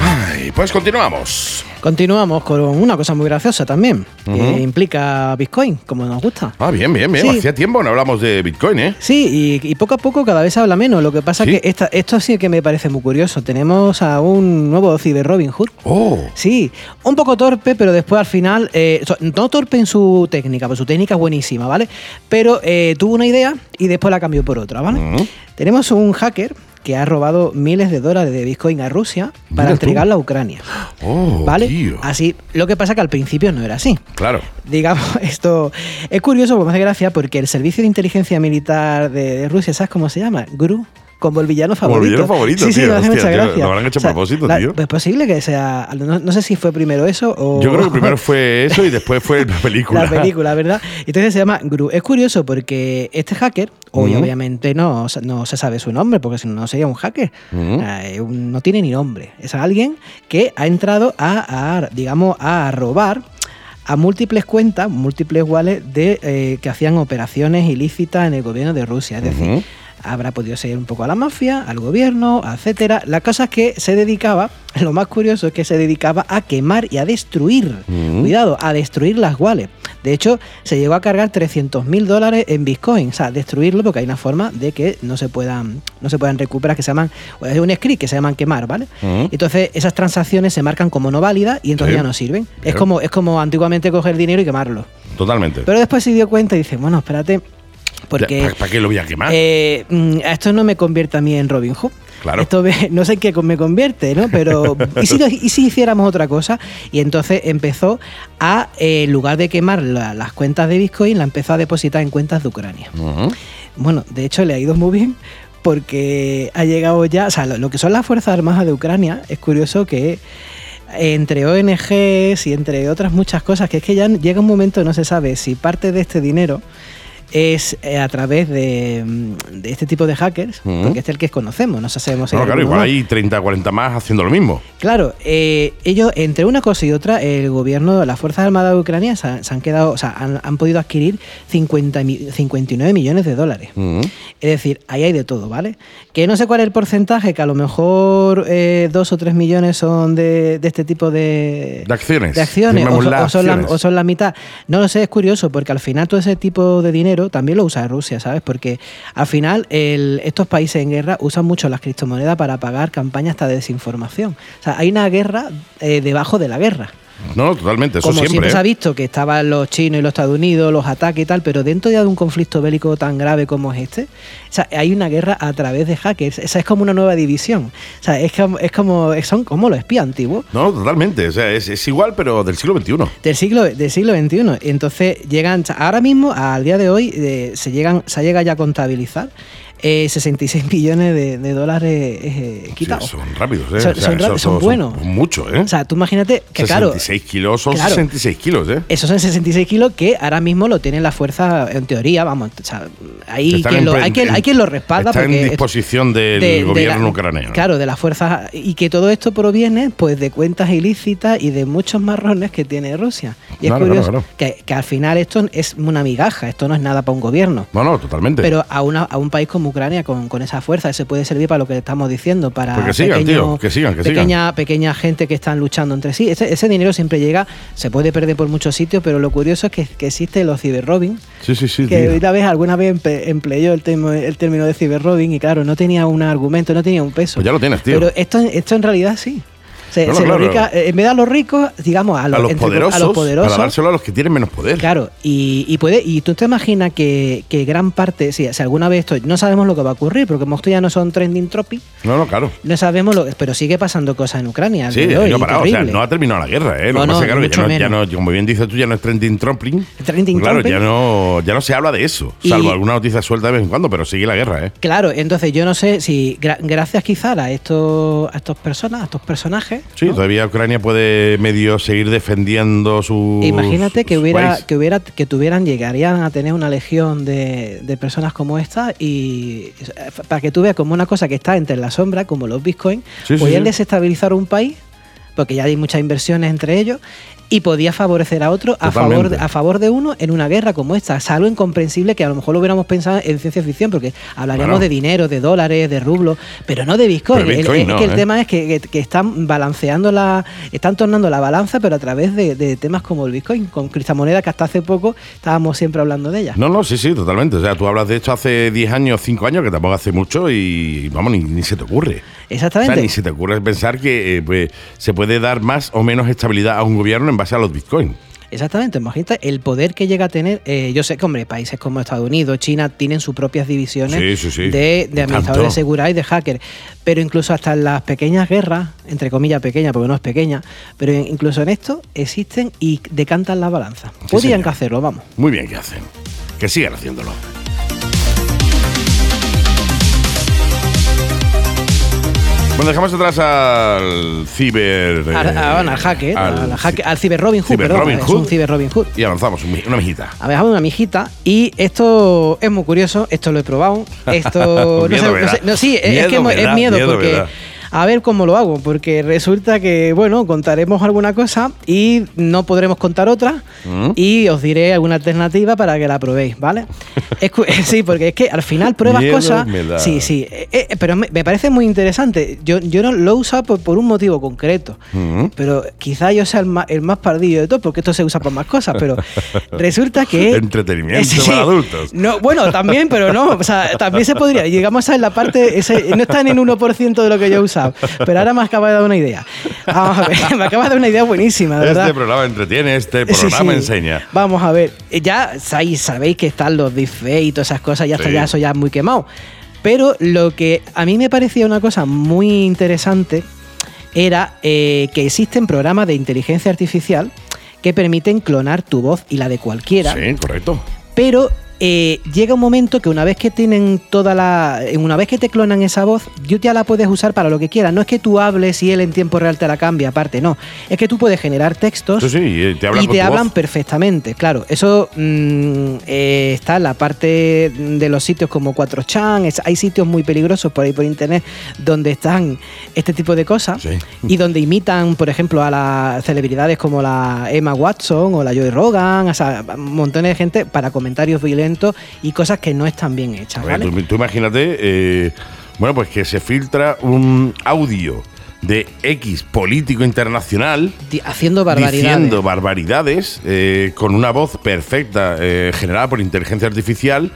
Speaker 2: Ay, pues continuamos.
Speaker 3: Continuamos con una cosa muy graciosa también, que implica Bitcoin, como nos gusta.
Speaker 2: Ah, bien, bien, bien.
Speaker 3: Sí.
Speaker 2: Hacía tiempo no hablamos de Bitcoin, ¿eh?
Speaker 3: Sí, y, y poco a poco cada vez se habla menos. Lo que pasa
Speaker 2: Sí.
Speaker 3: es que esta- esto sí que me parece muy curioso. Tenemos a un nuevo Cyber Robin Hood.
Speaker 2: Oh,
Speaker 3: Sí, un poco torpe, pero después al final, eh, so- no torpe en su técnica, pues su técnica es buenísima, ¿vale? Pero eh, tuvo una idea y después la cambió por otra, ¿vale?
Speaker 2: Ujú.
Speaker 3: Tenemos un hacker que ha robado miles de dólares de Bitcoin a Rusia
Speaker 2: Mira
Speaker 3: para
Speaker 2: tú.
Speaker 3: entregarla a Ucrania,
Speaker 2: oh,
Speaker 3: ¿vale?
Speaker 2: tío.
Speaker 3: Así, lo que pasa que al principio no era así.
Speaker 2: Claro.
Speaker 3: Digamos, esto es curioso, porque me hace gracia, porque el servicio de inteligencia militar de, de Rusia, ¿sabes cómo se llama? GRU. Como el villano
Speaker 2: Como el
Speaker 3: favorito.
Speaker 2: villano favorito,
Speaker 3: sí, sí,
Speaker 2: tío,
Speaker 3: me hace
Speaker 2: hostia,
Speaker 3: mucha
Speaker 2: tío,
Speaker 3: gracia.
Speaker 2: lo habrán hecho a propósito, tío.
Speaker 3: pues Es posible que sea. No, no sé si fue primero eso o.
Speaker 2: Yo creo que primero fue eso y después fue la película.
Speaker 3: La película, ¿verdad? Entonces se llama Gru. Es curioso porque este hacker, hoy
Speaker 2: Ujú.
Speaker 3: obviamente no, sa- no se sabe su nombre, porque si no, no sería un hacker.
Speaker 2: Ujú.
Speaker 3: Eh, un- no tiene ni nombre. Es alguien que ha entrado a, a, digamos, a robar a múltiples cuentas, múltiples wallets de, eh, que hacían operaciones ilícitas en el gobierno de Rusia. Es decir,
Speaker 2: Ujú.
Speaker 3: habrá podido seguir un poco a la mafia, al gobierno, etcétera. La cosa es que se dedicaba, lo más curioso es que se dedicaba a quemar y a destruir,
Speaker 2: Mm.
Speaker 3: cuidado, a destruir las wallets. De hecho, se llegó a cargar 300 mil dólares en Bitcoin, o sea, destruirlo porque hay una forma de que no se puedan, no se puedan recuperar, que se llaman, es un script que se llaman quemar, ¿vale?
Speaker 2: Ujú.
Speaker 3: Entonces esas transacciones se marcan como no válidas y entonces
Speaker 2: Sí.
Speaker 3: ya no sirven. Es
Speaker 2: Claro.
Speaker 3: como, es como antiguamente coger dinero y quemarlo.
Speaker 2: Totalmente.
Speaker 3: Pero después se dio cuenta y dice, bueno, espérate, porque...
Speaker 2: ¿Para, qué lo voy a quemar?
Speaker 3: Eh, mm, esto no me convierte a mí en Robin Hood.
Speaker 2: Claro.
Speaker 3: Esto me- no sé en qué me convierte, ¿no? Pero ¿y si, lo- y si hiciéramos otra cosa? Y entonces empezó a, eh, en lugar de quemar la- las cuentas de Bitcoin, la empezó a depositar en cuentas de Ucrania.
Speaker 2: Ujú.
Speaker 3: Bueno, de hecho le ha ido muy bien porque ha llegado ya, o sea, lo, lo que son las Fuerzas Armadas de Ucrania, es curioso que entre ONGs y entre otras muchas cosas, que es que ya llega un momento, no se sabe si parte de este dinero es eh, a través de, mm, de este tipo de hackers,
Speaker 2: Ujú.
Speaker 3: porque este es el que conocemos, no sabemos si
Speaker 2: No,
Speaker 3: hay
Speaker 2: claro,
Speaker 3: alguno
Speaker 2: igual
Speaker 3: más.
Speaker 2: hay 30 o 40 más haciendo lo mismo.
Speaker 3: Claro, eh, ellos, entre una cosa y otra, el gobierno, las Fuerzas Armadas de Ucrania se han, se han quedado, o sea, han, han podido adquirir 50 mi- 59 millones de dólares.
Speaker 2: Ujú.
Speaker 3: Es decir, ahí hay de todo, ¿vale? Que no sé cuál es el porcentaje, que a lo mejor eh, dos o tres millones son de, de este tipo de,
Speaker 2: De acciones.
Speaker 3: de acciones, o,
Speaker 2: Llamémoslas
Speaker 3: o son la,
Speaker 2: acciones.
Speaker 3: o son la mitad. No lo sé, es curioso, porque al final todo ese tipo de dinero también lo usa Rusia, ¿sabes? Porque al final el- estos países en guerra usan mucho las criptomonedas para pagar campañas hasta de desinformación. O sea, hay una guerra eh, debajo de la guerra.
Speaker 2: No, totalmente, eso
Speaker 3: Como siempre,
Speaker 2: siempre.
Speaker 3: se ha
Speaker 2: ¿eh?
Speaker 3: visto que estaban los chinos y los Estados Unidos, los ataques y tal, pero dentro ya de un conflicto bélico tan grave como es este, o sea, hay una guerra a través de hackers. O sea, es como una nueva división. O sea, es como, es como, son como los espías antiguos
Speaker 2: No, totalmente. O sea, es, es igual, pero del siglo XXI.
Speaker 3: del siglo, del siglo XXI. Entonces llegan, ahora mismo, al día de hoy, eh, se llegan, se llega ya a contabilizar eh, 66 millones de, de dólares eh, quitados.
Speaker 2: Sí, son rápidos, ¿eh?
Speaker 3: Son- son rápidos, son buenos.
Speaker 2: Mucho, ¿eh?
Speaker 3: O sea, tú imagínate que claro.
Speaker 2: 66 kilos son
Speaker 3: claro.
Speaker 2: 66 kilos, ¿eh?
Speaker 3: Esos son 66 kilos que ahora mismo lo tienen la fuerza, en teoría, vamos, o sea, hay,
Speaker 2: Están
Speaker 3: quien
Speaker 2: en
Speaker 3: lo,
Speaker 2: pre-
Speaker 3: hay, quien,
Speaker 2: en-
Speaker 3: hay quien lo respalda.
Speaker 2: Están
Speaker 3: porque
Speaker 2: en
Speaker 3: es-
Speaker 2: disposición del
Speaker 3: de- de la-
Speaker 2: gobierno ucraniano.
Speaker 3: Claro, de las fuerzas. Y que todo esto proviene pues de cuentas ilícitas y de muchos marrones que tiene Rusia. Y es
Speaker 2: Claro,
Speaker 3: curioso
Speaker 2: claro,
Speaker 3: Que, que al final esto es una migaja, esto no es nada para un gobierno.
Speaker 2: No, no, totalmente.
Speaker 3: Pero a, una- a un país como Ucrania, con, con esa fuerza, se puede servir para lo que estamos diciendo, para
Speaker 2: Pues que sigan, tío, que sigan, que
Speaker 3: pequeña,
Speaker 2: sigan.
Speaker 3: pequeña gente que están luchando entre sí. Ese, ese dinero siempre llega, se puede perder por muchos sitios, pero lo curioso es que, que existe los ciberrobin,
Speaker 2: sí, sí, sí.
Speaker 3: que
Speaker 2: tío.
Speaker 3: una vez, alguna vez empe- empleé yo el, termo- el término de ciberrobin y claro, no tenía un argumento, no tenía un peso.
Speaker 2: Pues ya lo tienes, tío.
Speaker 3: Pero esto, esto en realidad sí. Se,
Speaker 2: No, no,
Speaker 3: se lo
Speaker 2: claro.
Speaker 3: dedica- eh, en vez de a los ricos, digamos, a
Speaker 2: a
Speaker 3: los,
Speaker 2: los
Speaker 3: entre-
Speaker 2: poderosos,
Speaker 3: a los poderosos
Speaker 2: para dárselo a los que tienen menos poder.
Speaker 3: Claro, y, y puede, y tú te imaginas que, que gran parte, si, si alguna vez esto, no sabemos lo que va a ocurrir, porque como esto ya no son trending topic,
Speaker 2: No, no, claro.
Speaker 3: no sabemos lo que, pero sigue pasando cosas en Ucrania. al
Speaker 2: Sí,
Speaker 3: día de
Speaker 2: no
Speaker 3: hoy,
Speaker 2: ha parado, o sea,
Speaker 3: terrible.
Speaker 2: no ha terminado la guerra, ¿eh? Lo
Speaker 3: No,
Speaker 2: que pasa
Speaker 3: no,
Speaker 2: es claro, que
Speaker 3: mucho
Speaker 2: ya no, ya
Speaker 3: menos.
Speaker 2: no- como bien dices tú, ya no es trending trampling.
Speaker 3: Trending
Speaker 2: Claro,
Speaker 3: topic.
Speaker 2: ya no, ya no se habla de eso,
Speaker 3: Y-
Speaker 2: salvo alguna noticia suelta de vez en cuando, pero sigue la guerra, ¿eh?
Speaker 3: Claro, entonces yo no sé si gra- gracias quizás a estos a estas personas, a estos personajes, ocurre.
Speaker 2: Sí,
Speaker 3: ¿no?
Speaker 2: todavía Ucrania puede medio seguir defendiendo su.
Speaker 3: Imagínate que hubiera, que hubiera, que tuvieran, llegarían a tener una legión de, de personas como esta y eh, para que tú veas como una cosa que está entre la sombra, como los bitcoins,
Speaker 2: Sí, sí,
Speaker 3: podían
Speaker 2: sí.
Speaker 3: desestabilizar un país, porque ya hay muchas inversiones entre ellos, y podía favorecer a otro a
Speaker 2: Totalmente.
Speaker 3: favor, de- a favor de uno en una guerra como esta. Es algo incomprensible que a lo mejor lo hubiéramos pensado en ciencia ficción, porque hablaríamos
Speaker 2: Claro.
Speaker 3: de dinero, de dólares, de rublos, pero no de bitcoin.
Speaker 2: Pero
Speaker 3: El-
Speaker 2: bitcoin
Speaker 3: es
Speaker 2: no,
Speaker 3: que el
Speaker 2: ¿eh?
Speaker 3: tema es que, que- que están balanceando la. están tornando la balanza, pero a través de, de temas como el bitcoin, con criptomonedas que hasta hace poco estábamos siempre hablando de ellas.
Speaker 2: No, no, sí, sí, totalmente. O sea, tú hablas de esto hace 10 años, 5 años, que tampoco hace mucho y vamos, ni, ni se te ocurre. O sea,
Speaker 3: Exactamente.
Speaker 2: ni se te ocurre pensar que eh, pues, se puede dar más o menos estabilidad a un gobierno en base a los bitcoins.
Speaker 3: Exactamente, imagínate el poder que llega a tener. eh, yo sé que, hombre, países como Estados Unidos, China, tienen sus propias divisiones
Speaker 2: Sí, sí, sí.
Speaker 3: de, de
Speaker 2: Tanto.
Speaker 3: administradores de seguridad y de hackers. Pero incluso hasta en las pequeñas guerras, entre comillas pequeñas, porque no es pequeña, pero incluso en esto existen y decantan la balanza. Podrían
Speaker 2: señor.
Speaker 3: que hacerlo, vamos.
Speaker 2: Muy bien que hacen. Que sigan haciéndolo. Bueno, dejamos atrás al ciber... eh,
Speaker 3: Al- a- bueno, al hacker, al, hacker- al Ciber Robin Hood,
Speaker 2: Ciber
Speaker 3: perdón,
Speaker 2: Robin
Speaker 3: es
Speaker 2: Hood.
Speaker 3: un Ciber Robin Hood.
Speaker 2: Y avanzamos, un mi- una mijita.
Speaker 3: A ver, dame una mijita. Y esto es muy curioso, esto lo he probado. Esto. no,
Speaker 2: Miedo
Speaker 3: sé-
Speaker 2: me
Speaker 3: no
Speaker 2: da.
Speaker 3: sé- no, sí, es- es
Speaker 2: Miedo
Speaker 3: que mo-
Speaker 2: me
Speaker 3: es
Speaker 2: da,
Speaker 3: miedo,
Speaker 2: miedo me
Speaker 3: porque.
Speaker 2: da.
Speaker 3: A ver cómo lo hago, porque resulta que, bueno, contaremos alguna cosa y no podremos contar otra
Speaker 2: ¿Mm?
Speaker 3: y os diré alguna alternativa para que la probéis, ¿vale? Es cu- sí, porque es que al final pruebas
Speaker 2: Miedo
Speaker 3: cosas...
Speaker 2: me da.
Speaker 3: Sí, sí, eh, eh, pero me, me parece muy interesante. Yo, yo no lo he usado por, por un motivo concreto,
Speaker 2: Ujú.
Speaker 3: pero quizá yo sea el más, el más pardillo de todos, porque esto se usa para más cosas, pero resulta que...
Speaker 2: Entretenimiento
Speaker 3: Sí, sí.
Speaker 2: para adultos.
Speaker 3: No, bueno, también, pero no, o sea, también se podría. Llegamos a la parte, ese- no está en el 1% de lo que yo he usado, pero ahora me acaba de dar una idea. Vamos a ver, me acaba de dar una idea buenísima, de ¿verdad?
Speaker 2: Este programa entretiene, este
Speaker 3: Sí,
Speaker 2: programa
Speaker 3: sí.
Speaker 2: enseña.
Speaker 3: Vamos a ver, eh, ya sabéis, sabéis que están los deepfakes y todas esas cosas, ya está,
Speaker 2: Sí.
Speaker 3: ya eso ya es muy quemado. Pero lo que a mí me parecía una cosa muy interesante era eh, que existen programas de inteligencia artificial que permiten clonar tu voz y la de cualquiera
Speaker 2: Sí, correcto.
Speaker 3: pero eh, llega un momento que una vez que tienen toda la. eh, Una vez que te clonan esa voz, tú ya la puedes usar para lo que quieras. No es que tú hables y él en tiempo real te la cambia, aparte, no. Es que tú puedes generar textos
Speaker 2: Sí, sí, y te hablan
Speaker 3: Pues, y
Speaker 2: con
Speaker 3: te
Speaker 2: tu
Speaker 3: hablan
Speaker 2: voz.
Speaker 3: perfectamente, claro. Eso mm, eh, está en la parte de los sitios como 4chan, es- hay sitios muy peligrosos por ahí por internet donde están este tipo de cosas
Speaker 2: Sí.
Speaker 3: y donde imitan, por ejemplo, a las celebridades como la Emma Watson o la Joy Rogan, o sea, montones de gente para comentarios violentos y cosas que no están bien hechas,
Speaker 2: A ver,
Speaker 3: ¿vale?
Speaker 2: tú, tú imagínate, eh, bueno, pues que se filtra un audio de X político internacional
Speaker 3: Di- Haciendo barbaridades.
Speaker 2: diciendo barbaridades eh, con una voz perfecta eh, generada por inteligencia artificial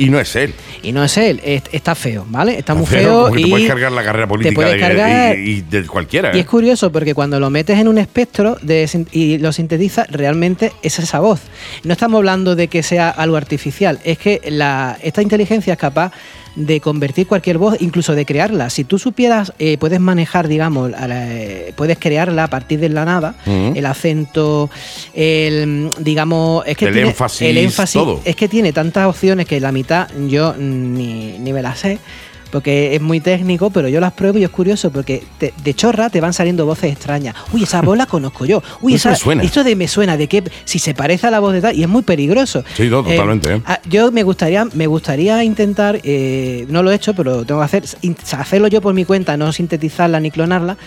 Speaker 2: y no es él.
Speaker 3: Y no es él, es- está feo, ¿vale? Está, muy
Speaker 2: Pero
Speaker 3: feo.
Speaker 2: como que
Speaker 3: y
Speaker 2: te puedes cargar la carrera política
Speaker 3: puedes
Speaker 2: de,
Speaker 3: cargar-
Speaker 2: y, y de cualquiera.
Speaker 3: Y
Speaker 2: ¿eh?
Speaker 3: es curioso porque cuando lo metes en un espectro de sin- y lo sintetiza, realmente es esa voz. No estamos hablando de que sea algo artificial, es que la, esta inteligencia es capaz de convertir cualquier voz, incluso de crearla. Si tú supieras, eh, puedes manejar, digamos, a la- eh, puedes crearla a partir de la nada,
Speaker 2: Ujú.
Speaker 3: el acento, el, mm, digamos, es que
Speaker 2: El
Speaker 3: tiene-
Speaker 2: énfasis,
Speaker 3: el énfasis,
Speaker 2: todo.
Speaker 3: es que tiene tantas opciones que la mitad yo ni, ni me la sé. Porque es muy técnico, pero yo las pruebo y es curioso porque te- de chorra te van saliendo voces extrañas. Uy, esa voz la conozco yo. Uy,
Speaker 2: Eso
Speaker 3: esa,
Speaker 2: me suena.
Speaker 3: esto de me suena, de que si se parece a la voz de tal, y es muy peligroso.
Speaker 2: Sí, no, totalmente, ¿eh?
Speaker 3: ah, Yo me gustaría, me gustaría intentar, eh, no lo he hecho, pero lo tengo que hacer, in- hacerlo yo por mi cuenta, no sintetizarla ni clonarla,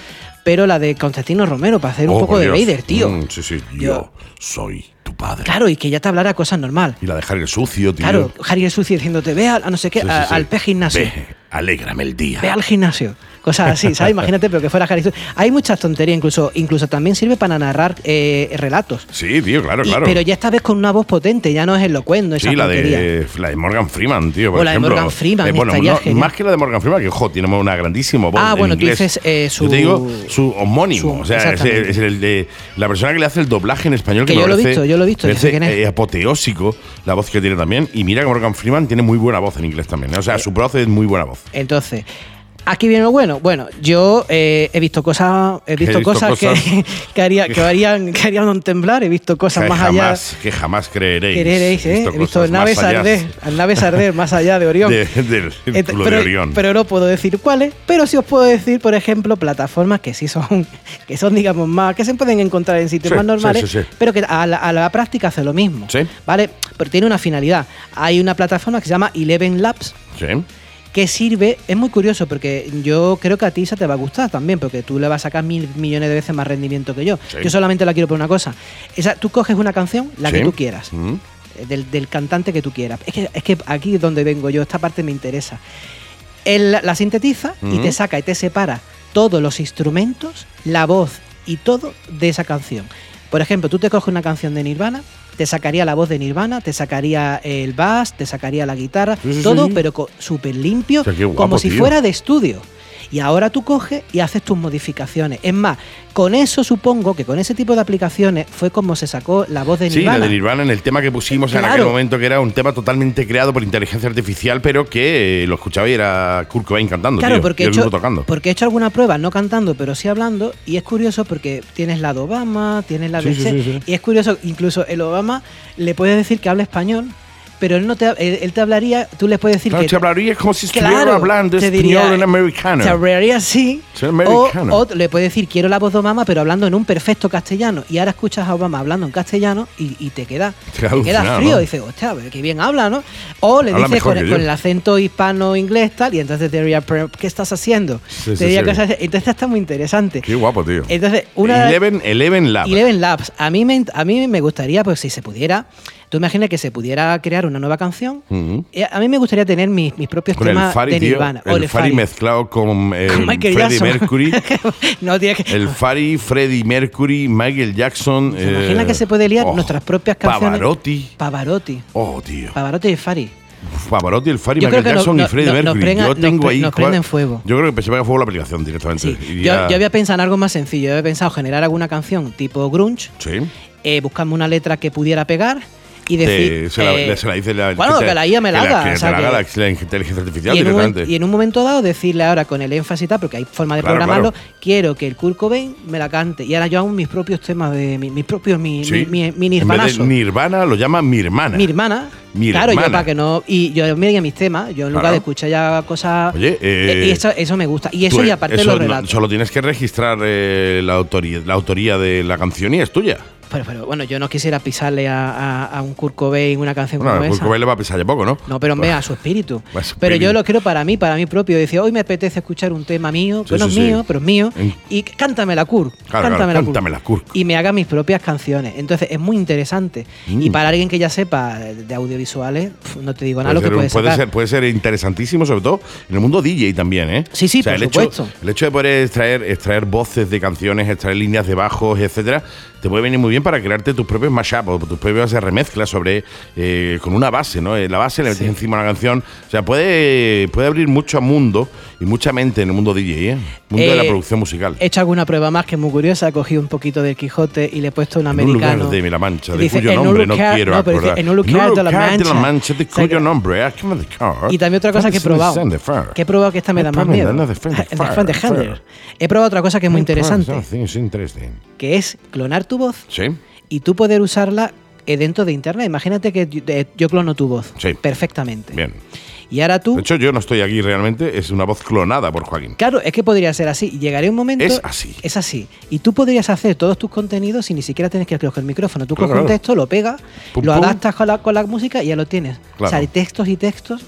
Speaker 3: pero la de Constantino Romero, para hacer
Speaker 2: Oh,
Speaker 3: un poco
Speaker 2: por
Speaker 3: de
Speaker 2: Dios.
Speaker 3: Vader, tío.
Speaker 2: Mm, sí, sí, yo,
Speaker 3: Yo-
Speaker 2: soy tu padre.
Speaker 3: Claro, y que ya te hablara cosas normal.
Speaker 2: Y la dejar el sucio, tío.
Speaker 3: Claro, Harry el sucio diciéndote, ve al- a no sé qué,
Speaker 2: Sí, sí,
Speaker 3: a-
Speaker 2: sí.
Speaker 3: al pez gimnasio.
Speaker 2: Ve, alégrame el día.
Speaker 3: ve al gimnasio. Cosas así, ¿sabes? Imagínate, pero que fuera Harry Styles. Hay muchas tonterías, incluso, incluso también sirve para narrar eh, relatos.
Speaker 2: Sí, tío, claro,
Speaker 3: Y-
Speaker 2: claro.
Speaker 3: pero ya esta vez con una voz potente, ya no es elocuendo esa
Speaker 2: Sí, la
Speaker 3: tontería.
Speaker 2: de, la de Morgan Freeman, tío. por
Speaker 3: O la de
Speaker 2: ejemplo. Eh,
Speaker 3: Morgan Freeman,
Speaker 2: bueno,
Speaker 3: estaría
Speaker 2: no,
Speaker 3: genial.
Speaker 2: más que la de Morgan Freeman, que ojo, tiene una grandísima voz.
Speaker 3: Ah,
Speaker 2: en
Speaker 3: bueno, tú
Speaker 2: inglés.
Speaker 3: dices, eh, su-
Speaker 2: Yo te digo su homónimo.
Speaker 3: su-
Speaker 2: o sea, es,
Speaker 3: exactamente.
Speaker 2: es el de la persona que le hace el doblaje en español. Que,
Speaker 3: Que
Speaker 2: me
Speaker 3: yo lo he
Speaker 2: parece-
Speaker 3: visto, yo lo he visto,
Speaker 2: me
Speaker 3: yo sé
Speaker 2: parece,
Speaker 3: quién es.
Speaker 2: eh, apoteósico la voz
Speaker 3: Eh,
Speaker 2: que tiene también. Y mira que Morgan Freeman tiene muy buena voz en inglés también. ¿eh? O sea, su voz es muy buena voz.
Speaker 3: Entonces, Aquí viene lo bueno. Bueno, yo eh, he visto cosas, he visto,
Speaker 2: visto
Speaker 3: cosas, Que,
Speaker 2: cosas-
Speaker 3: que, haría, que, harían, que harían un temblar, he visto cosas
Speaker 2: que
Speaker 3: más allá.
Speaker 2: jamás, Que jamás creeréis.
Speaker 3: Quereréis, ¿eh? He visto
Speaker 2: cosas
Speaker 3: naves
Speaker 2: más allá
Speaker 3: arder, naves arder más allá de Orión.
Speaker 2: de- del
Speaker 3: Et-
Speaker 2: círculo
Speaker 3: pero,
Speaker 2: de Orión.
Speaker 3: pero no puedo decir cuáles, pero sí os puedo decir, por ejemplo, plataformas que sí son, que son, digamos, más, que se pueden encontrar en sitios
Speaker 2: Sí,
Speaker 3: más normales,
Speaker 2: sí, sí, sí.
Speaker 3: pero que a la, a la práctica hace lo mismo.
Speaker 2: Sí.
Speaker 3: ¿Vale? Pero tiene una finalidad. Hay una plataforma que se llama Eleven Labs,
Speaker 2: Sí.
Speaker 3: que sirve, es muy curioso porque yo creo que a ti esa te va a gustar también, porque tú le vas a sacar mil millones de veces más rendimiento que yo.
Speaker 2: Sí.
Speaker 3: Yo solamente la quiero por una cosa. Esa, tú coges una canción, la que
Speaker 2: Sí.
Speaker 3: tú quieras,
Speaker 2: Mm.
Speaker 3: eh, del, del cantante que tú quieras. Es que, es que aquí es donde vengo yo, esta parte me interesa. Él la sintetiza y
Speaker 2: Ujú.
Speaker 3: te saca y te separa todos los instrumentos, la voz y todo de esa canción. Por ejemplo, tú te coges una canción de Nirvana, te sacaría la voz de Nirvana, te sacaría el bass, te sacaría la guitarra,
Speaker 2: Sí, sí,
Speaker 3: todo,
Speaker 2: sí.
Speaker 3: pero co- súper limpio,
Speaker 2: O sea, qué guapo,
Speaker 3: como si
Speaker 2: tío.
Speaker 3: fuera de estudio. Y ahora tú coges y haces tus modificaciones. Es más, con eso supongo que con ese tipo de aplicaciones fue como se sacó la voz de
Speaker 2: Sí,
Speaker 3: Nirvana.
Speaker 2: la de Nirvana en el tema que pusimos en aquel
Speaker 3: Claro.
Speaker 2: momento, que era un tema totalmente creado por inteligencia artificial, pero que eh, lo escuchaba y era Kurt Cobain cantando.
Speaker 3: Claro,
Speaker 2: tío,
Speaker 3: porque,
Speaker 2: y
Speaker 3: he
Speaker 2: el grupo
Speaker 3: hecho,
Speaker 2: tocando.
Speaker 3: porque he hecho alguna prueba, no cantando, pero sí hablando, y es curioso porque tienes la de Obama, tienes la
Speaker 2: Sí,
Speaker 3: de...
Speaker 2: sí,
Speaker 3: Che,
Speaker 2: sí, sí.
Speaker 3: Y es curioso, incluso el Obama le puedes decir que habla español, pero él, no te, ha- él, él te hablaría, tú le puedes decir
Speaker 2: Claro,
Speaker 3: que...
Speaker 2: te hablaría como si estuviera
Speaker 3: Claro,
Speaker 2: hablando
Speaker 3: te
Speaker 2: español
Speaker 3: diría,
Speaker 2: en americano.
Speaker 3: Te hablaría así.
Speaker 2: Soy
Speaker 3: O,
Speaker 2: americano.
Speaker 3: o le puedes decir, quiero la voz de Obama, pero hablando en un perfecto castellano. Y ahora escuchas a Obama hablando en castellano y, y te queda,
Speaker 2: Te ha
Speaker 3: te queda
Speaker 2: alucinado,
Speaker 3: frío.
Speaker 2: ¿no?
Speaker 3: Dices, hostia, pero qué bien habla, ¿no? O le
Speaker 2: Habla
Speaker 3: dices
Speaker 2: mejor
Speaker 3: con,
Speaker 2: que yo.
Speaker 3: con el acento hispano-inglés tal, y entonces te diría, "Pero, ¿qué estás haciendo?
Speaker 2: Sí,
Speaker 3: Te
Speaker 2: sí,
Speaker 3: diría
Speaker 2: sí.
Speaker 3: cosas así. Entonces está muy interesante.
Speaker 2: Qué guapo, tío.
Speaker 3: Entonces, Eh, una
Speaker 2: Eleven, Eleven Lab.
Speaker 3: Eleven Labs. A mí me, a mí me gustaría, pues si se pudiera, tú imaginas que se pudiera crear una nueva canción.
Speaker 2: Ujú.
Speaker 3: Eh, A mí me gustaría tener mis, mis propios
Speaker 2: Con el
Speaker 3: temas
Speaker 2: Fari,
Speaker 3: de
Speaker 2: tío.
Speaker 3: Nirvana. o
Speaker 2: El Fari
Speaker 3: Fari.
Speaker 2: mezclado con, eh,
Speaker 3: Con Michael
Speaker 2: Freddie
Speaker 3: Jackson.
Speaker 2: Mercury.
Speaker 3: no, tienes que...
Speaker 2: El Fari, Freddie Mercury, Michael Jackson. eh, oh,
Speaker 3: ¿Se imagina que se puede liar nuestras propias canciones?
Speaker 2: Pavarotti.
Speaker 3: Pavarotti.
Speaker 2: Oh, tío.
Speaker 3: Pavarotti y Fari.
Speaker 2: Pavarotti, el Fari,
Speaker 3: Yo creo
Speaker 2: Michael
Speaker 3: que no-
Speaker 2: Jackson
Speaker 3: no-
Speaker 2: y Freddie
Speaker 3: no- nos
Speaker 2: Mercury.
Speaker 3: prenda-
Speaker 2: yo
Speaker 3: nos
Speaker 2: tengo
Speaker 3: pre-
Speaker 2: ahí.
Speaker 3: nos
Speaker 2: cua-
Speaker 3: prenden fuego.
Speaker 2: Yo creo que se pega fuego la aplicación directamente.
Speaker 3: Sí.
Speaker 2: Y
Speaker 3: Yo,
Speaker 2: ya-
Speaker 3: yo había pensado en algo más sencillo. Yo había pensado generar alguna canción tipo grunge,
Speaker 2: Sí.
Speaker 3: eh, buscarme una letra que pudiera pegar y decir...
Speaker 2: Te- se, la,
Speaker 3: eh,
Speaker 2: le- se la dice la.
Speaker 3: bueno, que la IA me la
Speaker 2: que
Speaker 3: haga,
Speaker 2: que
Speaker 3: o
Speaker 2: te
Speaker 3: sea
Speaker 2: la
Speaker 3: que-
Speaker 2: haga la- la inteligencia artificial
Speaker 3: y en, un momen-
Speaker 2: directamente.
Speaker 3: y en un momento dado decirle ahora con el énfasis y tal, porque hay forma de
Speaker 2: Claro,
Speaker 3: programarlo,
Speaker 2: claro.
Speaker 3: quiero que el Kurt Cobain me la cante. Y ahora yo hago mis propios temas de mi- mis propios mi,
Speaker 2: Sí.
Speaker 3: mi, mi- mi
Speaker 2: En vez de
Speaker 3: nirvanazo.
Speaker 2: Nirvana lo llama Mirmana.
Speaker 3: Mi hermana.
Speaker 2: Mi
Speaker 3: claro, yo
Speaker 2: hermana.
Speaker 3: para que no. Y yo mira ya mis temas. Yo en lugar
Speaker 2: Claro.
Speaker 3: de escuchar ya cosas.
Speaker 2: Oye, eh,
Speaker 3: y eso, eso me gusta. Y eso
Speaker 2: Tú,
Speaker 3: y
Speaker 2: eh,
Speaker 3: aparte
Speaker 2: eso
Speaker 3: los
Speaker 2: no-
Speaker 3: relatos.
Speaker 2: solo tienes que registrar eh, la, autoría, la autoría de la canción y es tuya.
Speaker 3: pero, pero bueno, yo no quisiera pisarle a, a- a un Kurt Cobain una canción
Speaker 2: Bueno,
Speaker 3: como
Speaker 2: el
Speaker 3: esa.
Speaker 2: Kurt le va a pesar ya poco, ¿no?
Speaker 3: No, pero hombre, a su espíritu.
Speaker 2: A su
Speaker 3: Pero yo
Speaker 2: espíritu.
Speaker 3: lo quiero para mí, para mí propio. Decía, hoy me apetece escuchar un tema mío,
Speaker 2: Sí,
Speaker 3: que no
Speaker 2: sí,
Speaker 3: es
Speaker 2: sí.
Speaker 3: mío, pero es mío.
Speaker 2: En-
Speaker 3: Y c- cántamela, Kurt.
Speaker 2: Claro, claro,
Speaker 3: cántamela, Kurt.
Speaker 2: cántamela, Kurt.
Speaker 3: Y me haga mis propias canciones. Entonces, es muy interesante.
Speaker 2: Mm.
Speaker 3: Y para alguien que ya sepa de audiovisuales, pf, no te digo nada
Speaker 2: Puede
Speaker 3: lo que
Speaker 2: ser,
Speaker 3: puede
Speaker 2: puede,
Speaker 3: sacar.
Speaker 2: ser, puede ser interesantísimo, sobre todo en el mundo DJ también, ¿eh?
Speaker 3: Sí, sí, por
Speaker 2: el
Speaker 3: supuesto.
Speaker 2: Hecho, el hecho de poder extraer, extraer voces de canciones, extraer líneas de bajos, etcétera, te puede venir muy bien para crearte tus propios mashups o tus propias remezclas sobre eh, con una base, ¿no? Eh, La base le metes encima una canción. O sea, puede, puede abrir mucho mundo y mucha mente en el mundo DJ, ¿eh? Mundo de la
Speaker 3: Eh,
Speaker 2: producción musical.
Speaker 3: He hecho alguna prueba más que es muy curiosa. He cogido un poquito del Quijote y le he puesto un
Speaker 2: En un
Speaker 3: americano.
Speaker 2: lugar de la Mancha, de
Speaker 3: Dice,
Speaker 2: cuyo
Speaker 3: en un
Speaker 2: nombre no
Speaker 3: lugar-
Speaker 2: quiero
Speaker 3: no, pero dice,
Speaker 2: acordar.
Speaker 3: en un lugar de la Mancha.
Speaker 2: de
Speaker 3: O sea,
Speaker 2: cuyo
Speaker 3: que-
Speaker 2: nombre. I came the car.
Speaker 3: Y también otra cosa que he probado.
Speaker 2: Send the fire.
Speaker 3: Que he probado que esta me
Speaker 2: I
Speaker 3: da más
Speaker 2: promise
Speaker 3: miedo.
Speaker 2: another friend the
Speaker 3: El
Speaker 2: fire,
Speaker 3: front de
Speaker 2: fire.
Speaker 3: Handler. He probado otra cosa que es muy
Speaker 2: I promise
Speaker 3: interesante,
Speaker 2: something is interesting.
Speaker 3: que es clonar tu voz
Speaker 2: Sí.
Speaker 3: y tú poder usarla eh, dentro de internet. Imagínate que yo- de- yo clono tu voz
Speaker 2: Sí.
Speaker 3: perfectamente.
Speaker 2: Bien.
Speaker 3: Y ahora tú.
Speaker 2: De hecho, yo no estoy aquí realmente. Es una voz clonada por Joaquín.
Speaker 3: Claro, es que podría ser así. Y Llegaría un momento.
Speaker 2: Es así.
Speaker 3: Es así. Y tú podrías hacer todos tus contenidos sin ni siquiera tienes que coger el micrófono. Tú
Speaker 2: Claro,
Speaker 3: coges un
Speaker 2: claro.
Speaker 3: texto, lo pegas,
Speaker 2: Pum,
Speaker 3: lo
Speaker 2: pum.
Speaker 3: adaptas con la, con la música y ya lo tienes. O sea,
Speaker 2: Claro.
Speaker 3: hay textos y textos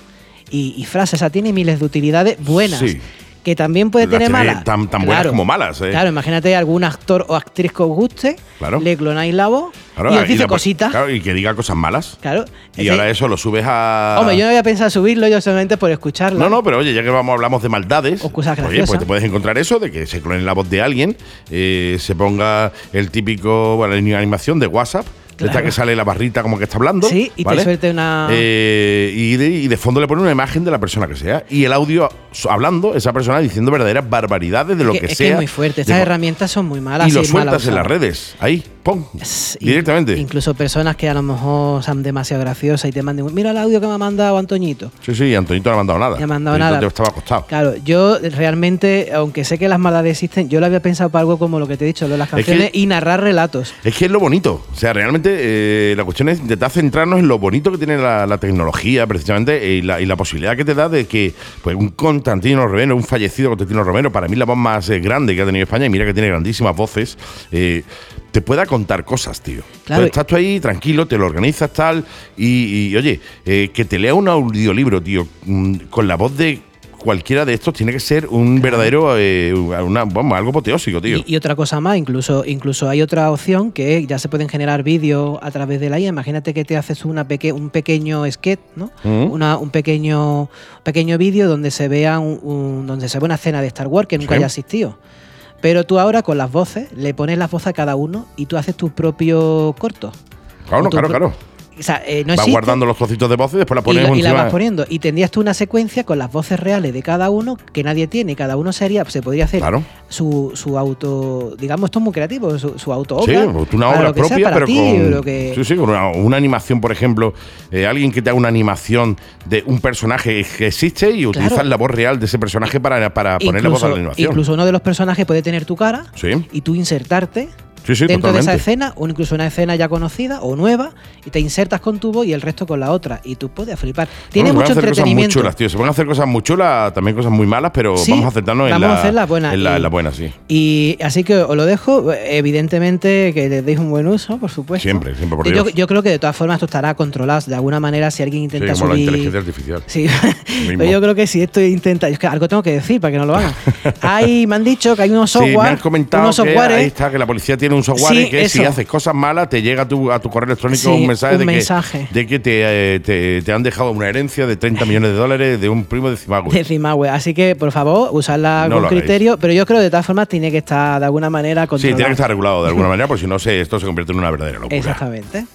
Speaker 3: y, y frases. O sea, tiene miles de utilidades buenas.
Speaker 2: Sí.
Speaker 3: Que también puede
Speaker 2: Las
Speaker 3: tener
Speaker 2: tiene
Speaker 3: malas.
Speaker 2: tan- tan buenas como malas, ¿eh?
Speaker 3: Claro, imagínate algún actor o actriz que os guste,
Speaker 2: Claro.
Speaker 3: le clonáis la voz
Speaker 2: Claro,
Speaker 3: y os
Speaker 2: y
Speaker 3: dice
Speaker 2: la-
Speaker 3: cositas. Claro.
Speaker 2: Claro, y que diga cosas malas. Y
Speaker 3: Es
Speaker 2: ahora
Speaker 3: decir,
Speaker 2: eso lo subes a.
Speaker 3: Hombre, yo no había pensado subirlo yo solamente por escucharlo.
Speaker 2: No, no, pero oye, ya que vamos hablamos de maldades,
Speaker 3: O cosas
Speaker 2: oye,
Speaker 3: graciosas.
Speaker 2: pues te puedes encontrar eso de que se clone la voz de alguien, eh, se ponga el típico, bueno, la animación de WhatsApp.
Speaker 3: Claro.
Speaker 2: Esta que sale la barrita como que está hablando.
Speaker 3: Sí, y te suelte una-
Speaker 2: Eh, y, de, y de fondo le pone una imagen de la persona que sea. Y el audio hablando, esa persona diciendo verdaderas barbaridades de lo
Speaker 3: es
Speaker 2: que,
Speaker 3: es
Speaker 2: sea.
Speaker 3: es muy fuerte.
Speaker 2: de
Speaker 3: Estas
Speaker 2: co-
Speaker 3: herramientas son muy malas.
Speaker 2: y lo
Speaker 3: sí,
Speaker 2: sueltas
Speaker 3: malas
Speaker 2: en las
Speaker 3: usadas.
Speaker 2: redes. Ahí, pon.
Speaker 3: Es- in-
Speaker 2: Directamente.
Speaker 3: Incluso personas que a lo mejor son demasiado graciosas y te mandan, mira el audio que me ha mandado Antoñito.
Speaker 2: Sí, sí, Antonito no ha mandado nada.
Speaker 3: No ha mandado
Speaker 2: Antonito
Speaker 3: nada.
Speaker 2: estaba acostado.
Speaker 3: Claro, yo realmente, aunque sé que las maldades existen, yo lo había pensado para algo como lo que te he dicho, lo de las
Speaker 2: Es que-
Speaker 3: canciones y narrar relatos.
Speaker 2: Es que es lo bonito. O sea, realmente eh, la cuestión es intentar centrarnos en lo bonito que tiene la, la tecnología, precisamente, eh, y la, y la posibilidad que te da de que pues, un Constantino Romero, un fallecido Constantino Romero, para mí la voz más eh, grande que ha tenido España, y mira que tiene grandísimas voces, eh, te pueda contar cosas, tío.
Speaker 3: Claro.
Speaker 2: Entonces, estás tú ahí tranquilo, te lo organizas tal, y, y, oye, eh, que te lea un audiolibro, tío, mm, con la voz de cualquiera de estos, tiene que ser un verdadero, eh, una- vamos, algo apoteósico, tío.
Speaker 3: Y, y otra cosa más, incluso, incluso hay otra opción que es, ya se pueden generar vídeos a través de la IA. Imagínate que te haces una peque- un pequeño sketch, ¿no?
Speaker 2: Ujú.
Speaker 3: Una- un pequeño, pequeño vídeo donde se vea un- un- donde se ve una escena de Star Wars que nunca
Speaker 2: Sí.
Speaker 3: haya asistido. Pero tú ahora con las voces, le pones las voces a cada uno y tú haces tu propio corto.
Speaker 2: claro,
Speaker 3: O
Speaker 2: no,
Speaker 3: tu
Speaker 2: claro,
Speaker 3: pro-
Speaker 2: claro.
Speaker 3: O sea, eh, no
Speaker 2: vas
Speaker 3: existe,
Speaker 2: guardando los trocitos de voz y después la
Speaker 3: y,
Speaker 2: pones
Speaker 3: la- y la
Speaker 2: encima.
Speaker 3: vas poniendo. Y tendrías tú una secuencia con las voces reales de cada uno que nadie tiene. y Cada uno sería, se podría hacer
Speaker 2: Claro.
Speaker 3: su, su auto, digamos, esto es muy creativo, su, su auto
Speaker 2: Sí,
Speaker 3: obra.
Speaker 2: pues una
Speaker 3: para
Speaker 2: obra
Speaker 3: lo que sea,
Speaker 2: propia, pero
Speaker 3: para ti,
Speaker 2: con,
Speaker 3: lo que-
Speaker 2: sí, sí, con una, una animación, por ejemplo, eh, alguien que te haga una animación de un personaje que existe y
Speaker 3: Claro.
Speaker 2: utilizas la voz real de ese personaje para, para poner la voz a la animación.
Speaker 3: incluso uno de los personajes puede tener tu cara
Speaker 2: Sí.
Speaker 3: y tú insertarte
Speaker 2: Sí, sí,
Speaker 3: dentro de esa
Speaker 2: totalmente.
Speaker 3: escena o incluso una escena ya conocida o nueva y te insertas con tu voz y el resto con la otra y tú puedes flipar.
Speaker 2: Bueno, se
Speaker 3: Tiene
Speaker 2: van
Speaker 3: mucho
Speaker 2: a hacer Cosas muy
Speaker 3: entretenimiento.
Speaker 2: chulas, tío. Se van a hacer cosas muy chulas, también cosas muy malas, pero
Speaker 3: Sí,
Speaker 2: vamos a centrarnos en
Speaker 3: vamos
Speaker 2: la,
Speaker 3: a hacer las buenas.
Speaker 2: En la,
Speaker 3: Y-
Speaker 2: en la buena, sí.
Speaker 3: Y así que os lo dejo, evidentemente que le deis un buen uso, por supuesto.
Speaker 2: Siempre, siempre, por
Speaker 3: yo,
Speaker 2: Dios.
Speaker 3: yo creo que de todas formas esto estará controlado de alguna manera si alguien
Speaker 2: Sí,
Speaker 3: intenta
Speaker 2: como la
Speaker 3: subir-
Speaker 2: inteligencia artificial.
Speaker 3: Sí,
Speaker 2: Mismo.
Speaker 3: pero yo creo que si esto intenta, es que algo tengo que decir para que no lo hagan. Hay, me han dicho que hay unos
Speaker 2: Sí,
Speaker 3: software,
Speaker 2: me han comentado
Speaker 3: unos
Speaker 2: que
Speaker 3: softwares
Speaker 2: ahí está, que la policía tiene un software
Speaker 3: Sí,
Speaker 2: que si
Speaker 3: eso.
Speaker 2: haces cosas malas te llega a tu, a tu correo electrónico
Speaker 3: Sí,
Speaker 2: un mensaje,
Speaker 3: un
Speaker 2: de,
Speaker 3: mensaje.
Speaker 2: Que, de que te, eh, te- te han dejado una herencia de 30 millones de dólares de un primo de Zimbabue.
Speaker 3: de Zimbabue. Así que, por favor, usadla
Speaker 2: No lo
Speaker 3: con
Speaker 2: hagáis.
Speaker 3: criterio. Pero yo creo que de todas formas tiene que estar de alguna manera
Speaker 2: Sí,
Speaker 3: controlado.
Speaker 2: tiene que estar regulado de alguna manera, porque si no, se- esto se convierte en una verdadera locura.
Speaker 3: Exactamente.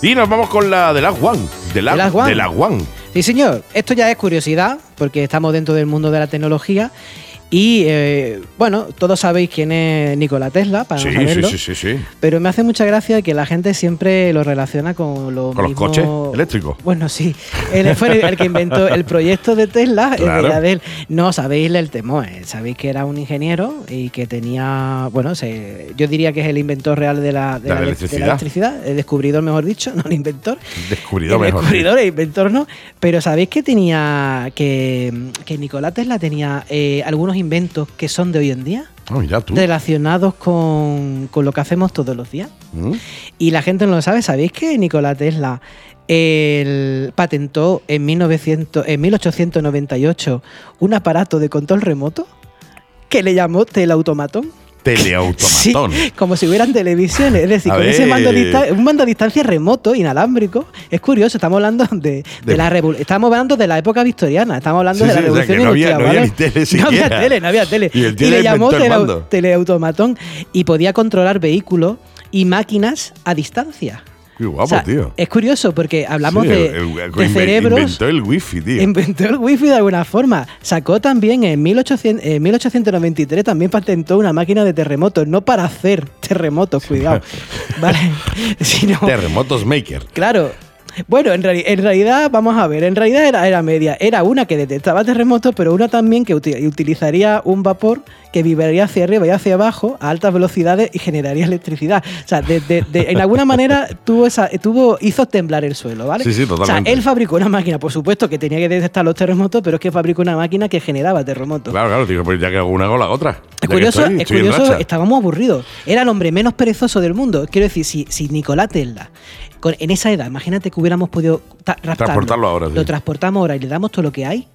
Speaker 2: Y nos vamos con la de la One. De la,
Speaker 3: The Last One.
Speaker 2: de la One.
Speaker 3: Sí, señor. Esto ya es curiosidad, porque estamos dentro del mundo de la tecnología. Y eh, bueno, todos sabéis quién es Nikola Tesla, para
Speaker 2: Sí,
Speaker 3: no
Speaker 2: sí,
Speaker 3: saberlo.
Speaker 2: sí, sí, sí.
Speaker 3: Pero me hace mucha gracia que la gente siempre lo relaciona con los
Speaker 2: Con los coches eléctricos.
Speaker 3: Bueno, sí. Él fue el que inventó el proyecto de Tesla, el
Speaker 2: Claro.
Speaker 3: de la de él. No, sabéis el temor. eh. Sabéis que era un ingeniero y que tenía. Bueno, se- yo diría que es el inventor real de la, de
Speaker 2: La
Speaker 3: la elec- de la
Speaker 2: electricidad.
Speaker 3: electricidad, el descubridor, mejor dicho, no el inventor.
Speaker 2: Descubridor,
Speaker 3: el
Speaker 2: mejor.
Speaker 3: descubridor, el inventor no. Pero sabéis que tenía. que, que Nikola Tesla tenía eh, algunos inventos que son de hoy en día
Speaker 2: Ah, mira tú.
Speaker 3: relacionados con, con lo que hacemos todos los días.
Speaker 2: Mm.
Speaker 3: Y la gente no lo sabe. ¿Sabéis que Nikola Tesla él patentó en, 1900, en 1898 un aparato de control remoto que le llamó teleautomatón?
Speaker 2: Teleautomatón.
Speaker 3: Sí, como si hubieran televisiones. Es decir,
Speaker 2: A
Speaker 3: con ese
Speaker 2: ver.
Speaker 3: mando a, dista- un mando a distancia remoto, inalámbrico. Es curioso, estamos hablando de, de
Speaker 2: De-
Speaker 3: la revol- estamos hablando de la época victoriana, estamos hablando
Speaker 2: Sí,
Speaker 3: de la
Speaker 2: sí, o sea, que
Speaker 3: revolución
Speaker 2: no había-
Speaker 3: industrial,
Speaker 2: no había ni tele
Speaker 3: ¿vale? No había
Speaker 2: siquiera.
Speaker 3: tele, no había tele.
Speaker 2: Y el tío
Speaker 3: le
Speaker 2: le
Speaker 3: llamó
Speaker 2: inventó el
Speaker 3: telea-
Speaker 2: mando.
Speaker 3: teleautomatón y podía controlar vehículos y máquinas a distancia.
Speaker 2: Qué guapo,
Speaker 3: O sea,
Speaker 2: tío.
Speaker 3: Es curioso porque hablamos
Speaker 2: Sí,
Speaker 3: de,
Speaker 2: el- el-
Speaker 3: de
Speaker 2: inven-
Speaker 3: cerebros.
Speaker 2: Inventó el wifi, tío.
Speaker 3: Inventó el wifi de alguna forma. Sacó también en eh, 1800, en 1893, también patentó una máquina de terremotos, no para hacer terremotos, cuidado. ¿Vale? Sino,
Speaker 2: Terremotos Maker.
Speaker 3: claro. Bueno, en, reali- en realidad, vamos a ver, en realidad era, era media. Era una que detectaba terremotos, pero una también que uti- utilizaría un vapor que vibraría hacia arriba y hacia abajo a altas velocidades y generaría electricidad. O sea, de- de- de- en alguna manera tuvo esa, tuvo, hizo temblar el suelo, ¿vale?
Speaker 2: Sí, sí, totalmente.
Speaker 3: O sea, él fabricó una máquina, por supuesto, que tenía que detectar los terremotos, pero es que fabricó una máquina que generaba terremotos.
Speaker 2: Claro, claro, tío, pues ya que hago una con la otra. Ya que
Speaker 3: Es curioso,
Speaker 2: estoy-
Speaker 3: es
Speaker 2: estoy en
Speaker 3: curioso
Speaker 2: racha.
Speaker 3: estábamos aburridos. Era el hombre menos perezoso del mundo. Quiero decir, si, si Nicolás Tesla, con- en esa edad, imagínate que hubiéramos podido ta- raptarlo,
Speaker 2: Transportarlo ahora, sí.
Speaker 3: Lo transportamos ahora y le damos todo lo que hay.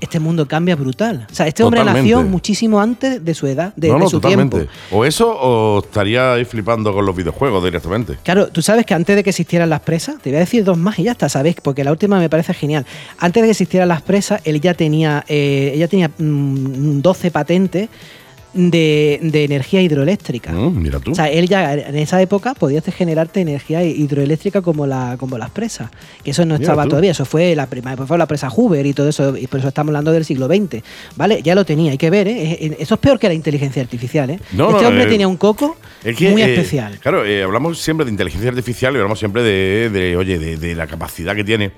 Speaker 3: Este mundo cambia brutal. O sea, este hombre
Speaker 2: Totalmente.
Speaker 3: nació muchísimo antes de su edad, de,
Speaker 2: no,
Speaker 3: de
Speaker 2: no,
Speaker 3: su
Speaker 2: totalmente.
Speaker 3: tiempo.
Speaker 2: O eso, o estaría ahí flipando con los videojuegos directamente.
Speaker 3: Claro, tú sabes que antes de que existieran las presas, te voy a decir dos más y ya está, ¿sabéis? Porque la última me parece genial. Antes de que existieran las presas, él ya tenía, eh, ella tenía mm, 12 patentes de, de energía hidroeléctrica.
Speaker 2: Mm, mira tú.
Speaker 3: O sea, él ya en esa época podías generarte energía hidroeléctrica como, la, como las presas, que eso no
Speaker 2: Mira
Speaker 3: estaba
Speaker 2: tú.
Speaker 3: todavía, eso fue la prima, pues fue la presa Hoover y todo eso, y por eso estamos hablando del siglo XX, ¿vale? Ya lo tenía, hay que ver, ¿eh? Eh, eh, Eso es peor que la inteligencia artificial, ¿eh?
Speaker 2: No,
Speaker 3: este
Speaker 2: no,
Speaker 3: hombre
Speaker 2: eh,
Speaker 3: tenía un coco
Speaker 2: Es que,
Speaker 3: muy
Speaker 2: eh,
Speaker 3: especial.
Speaker 2: Claro, eh, hablamos siempre de inteligencia artificial y hablamos siempre de, de, oye, de, de la capacidad que tiene.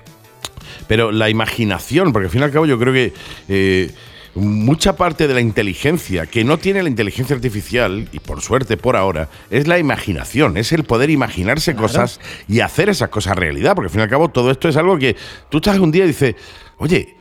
Speaker 2: Pero la imaginación, porque al fin y al cabo yo creo que eh, mucha parte de la inteligencia que no tiene la inteligencia artificial, y por suerte por ahora, es la imaginación, es el poder imaginarse cosas y hacer esas cosas realidad, porque al fin y al cabo todo esto es algo que tú estás un día y dices, oye,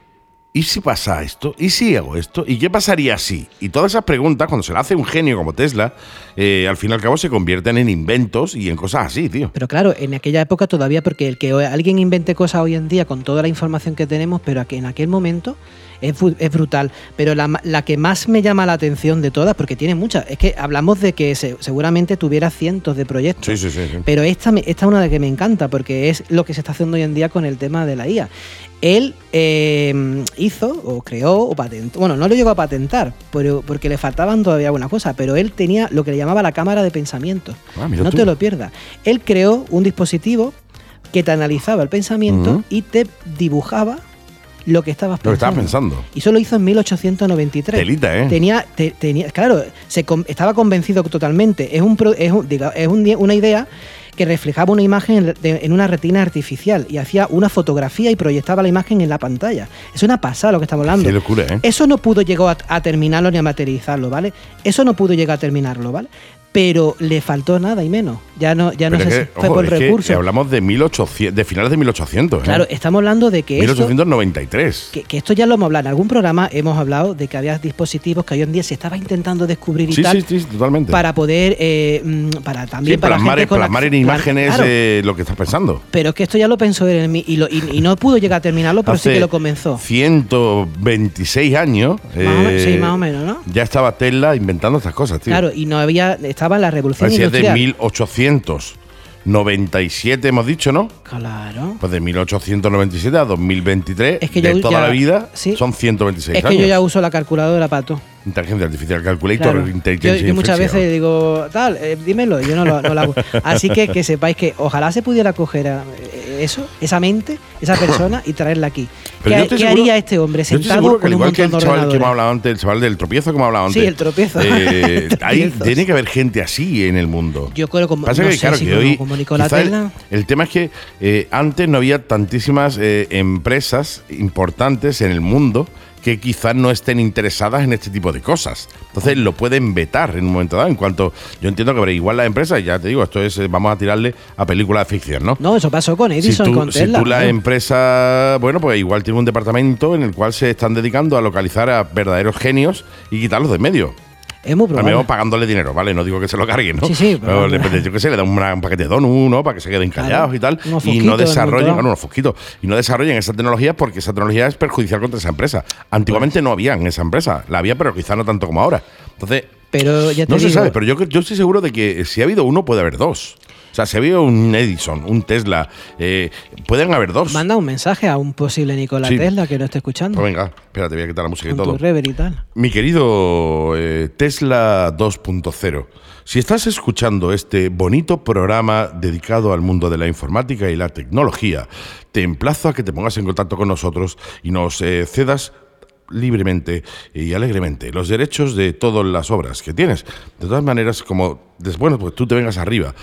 Speaker 2: ¿Y si pasa esto? ¿Y si hago esto? ¿Y qué pasaría si? Y todas esas preguntas, cuando se las hace un genio como Tesla, eh, al fin y al cabo se convierten en inventos y en cosas así, tío.
Speaker 3: Pero claro, en aquella época todavía, porque el que hoy- alguien invente cosas hoy en día con toda la información que tenemos, pero aqu- en aquel momento es, fu- es brutal. Pero la, ma- la que más me llama la atención de todas, porque tiene muchas, es que hablamos de que se- seguramente tuviera cientos de proyectos.
Speaker 2: Sí, sí, sí. sí.
Speaker 3: Pero esta, me- esta es una de que me encanta, porque es lo que se está haciendo hoy en día con el tema de la IA. Él eh, hizo, o creó, o patentó, bueno, no lo llegó a patentar, pero, porque le faltaban todavía algunas cosas, pero él tenía lo que le llamaba la cámara de pensamiento.
Speaker 2: Ah, mira
Speaker 3: no
Speaker 2: tú.
Speaker 3: te lo pierdas. Él creó un dispositivo que te analizaba el pensamiento
Speaker 2: Ujú.
Speaker 3: y te dibujaba lo que estabas
Speaker 2: Lo que
Speaker 3: pensando.
Speaker 2: estabas pensando.
Speaker 3: Y eso lo hizo en 1893.
Speaker 2: Telita, ¿eh?
Speaker 3: Tenía, te- tenía claro, se con- estaba convencido totalmente. Es, un, pro- es, un- diga- es un die- una idea que reflejaba una imagen en, la- de- en una retina artificial y hacía una fotografía y proyectaba la imagen en la pantalla. Es una pasada lo que estamos hablando.
Speaker 2: Qué locura, ¿eh?
Speaker 3: Eso no pudo llegar a, a terminarlo ni a materializarlo, ¿vale? Eso no pudo llegar a terminarlo, ¿vale? Pero le faltó nada y menos. Ya no, ya no
Speaker 2: Pero
Speaker 3: sé
Speaker 2: es
Speaker 3: si
Speaker 2: que,
Speaker 3: fue
Speaker 2: ojo,
Speaker 3: por
Speaker 2: es que
Speaker 3: recursos.
Speaker 2: hablamos de 1800, de finales de 1800, ¿eh?
Speaker 3: Claro, estamos hablando de que esto-
Speaker 2: 1893.
Speaker 3: que, que esto ya lo hemos hablado. En algún programa hemos hablado de que había dispositivos que hoy en día se estaba intentando descubrir y
Speaker 2: Sí,
Speaker 3: tal
Speaker 2: sí, sí, totalmente.
Speaker 3: para poder eh, mm, para también
Speaker 2: Sí,
Speaker 3: para
Speaker 2: plasmar,
Speaker 3: gente con
Speaker 2: plasmar en
Speaker 3: ac-
Speaker 2: imágenes
Speaker 3: claro,
Speaker 2: eh, lo que estás pensando.
Speaker 3: pero es que esto ya lo pensó él en mí y, lo- y- y no pudo llegar a terminarlo, pero sí
Speaker 2: Hace
Speaker 3: que lo comenzó.
Speaker 2: 126 años.
Speaker 3: Más o me-
Speaker 2: eh,
Speaker 3: sí, más o menos, ¿no?
Speaker 2: Ya estaba Tesla inventando estas cosas, tío.
Speaker 3: Claro, y no había estaba la revolución
Speaker 2: Pues si es de
Speaker 3: industrial.
Speaker 2: 1897, hemos dicho, ¿no?
Speaker 3: Claro.
Speaker 2: Pues de 1897 a 2023,
Speaker 3: Es que
Speaker 2: de
Speaker 3: yo
Speaker 2: toda
Speaker 3: ya-
Speaker 2: la vida,
Speaker 3: sí.
Speaker 2: son 126
Speaker 3: Es que
Speaker 2: años.
Speaker 3: yo ya uso la calculadora pato.
Speaker 2: Inteligencia artificial, calculator,
Speaker 3: Claro. Yo,
Speaker 2: intelligence
Speaker 3: yo muchas
Speaker 2: artificial.
Speaker 3: veces digo, tal, eh, dímelo, yo no, lo, no la Así que que sepáis que ojalá se pudiera coger a- eh, eso, esa mente, esa persona y traerla aquí.
Speaker 2: Pero yo
Speaker 3: ¿Qué,
Speaker 2: estoy
Speaker 3: qué
Speaker 2: seguro-
Speaker 3: haría este hombre
Speaker 2: yo estoy
Speaker 3: sentado
Speaker 2: seguro que
Speaker 3: con
Speaker 2: al
Speaker 3: un
Speaker 2: igual que
Speaker 3: montón
Speaker 2: el
Speaker 3: de
Speaker 2: chaval que hemos
Speaker 3: ordenadores?
Speaker 2: hablado antes, el chaval del tropiezo que hemos hablado antes.
Speaker 3: Sí, el tropiezo.
Speaker 2: eh, ahí
Speaker 3: Tropiezos.
Speaker 2: tiene que haber gente así en el mundo.
Speaker 3: Yo creo como,
Speaker 2: Pasa
Speaker 3: no
Speaker 2: que,
Speaker 3: sé
Speaker 2: claro,
Speaker 3: si
Speaker 2: que
Speaker 3: como-
Speaker 2: hoy.
Speaker 3: como Nicolás
Speaker 2: quizá el-
Speaker 3: Tesla.
Speaker 2: El, tema es que eh, antes no había tantísimas eh, empresas importantes en el mundo que quizás no estén interesadas en este tipo de cosas. Entonces lo pueden vetar en un momento dado. En cuanto. Yo entiendo que habrá igual las empresas, ya te digo, esto es. eh, vamos a tirarle a películas de ficción, ¿no?
Speaker 3: No, eso pasó con
Speaker 2: Si
Speaker 3: Edison,
Speaker 2: tú,
Speaker 3: con
Speaker 2: si
Speaker 3: Tesla.
Speaker 2: tú la em-
Speaker 3: ¿no?
Speaker 2: empresa, bueno, pues igual tiene un departamento en el cual se están dedicando a localizar a verdaderos genios y quitarlos de en medio.
Speaker 3: Es muy probable.
Speaker 2: También vamos pagándole dinero, ¿vale? No digo que se lo carguen, ¿no?
Speaker 3: Sí, sí, pero-
Speaker 2: Pero le- yo qué sé, le dan una- un paquete de donuts, ¿no? Para que se queden
Speaker 3: Claro.
Speaker 2: callados y tal.
Speaker 3: Unos
Speaker 2: Y no
Speaker 3: fosquitos,
Speaker 2: desarrollen,
Speaker 3: un montón.
Speaker 2: bueno, unos fosquitos. Y no desarrollen esa tecnología porque esa tecnología es perjudicial contra esa empresa. Antiguamente
Speaker 3: Pues.
Speaker 2: no había en esa empresa. La había, pero quizá no tanto como ahora. Entonces,
Speaker 3: Pero ya te
Speaker 2: no
Speaker 3: digo,
Speaker 2: se sabe, pero yo, yo estoy seguro de que si ha habido uno, puede haber dos. O sea, si ha habido un Edison, un Tesla, eh, pueden haber dos.
Speaker 3: manda un mensaje a un posible Nicolás
Speaker 2: Sí.
Speaker 3: Tesla que no esté escuchando.
Speaker 2: Pues venga, espérate, voy a quitar la música y
Speaker 3: con
Speaker 2: todo.
Speaker 3: tu rever y tal.
Speaker 2: Mi querido eh, Tesla 2.0, si estás escuchando este bonito programa dedicado al mundo de la informática y la tecnología, te emplazo a que te pongas en contacto con nosotros y nos eh, cedas libremente y alegremente los derechos de todas las obras que tienes. De todas maneras, como des- bueno, pues tú te vengas arriba,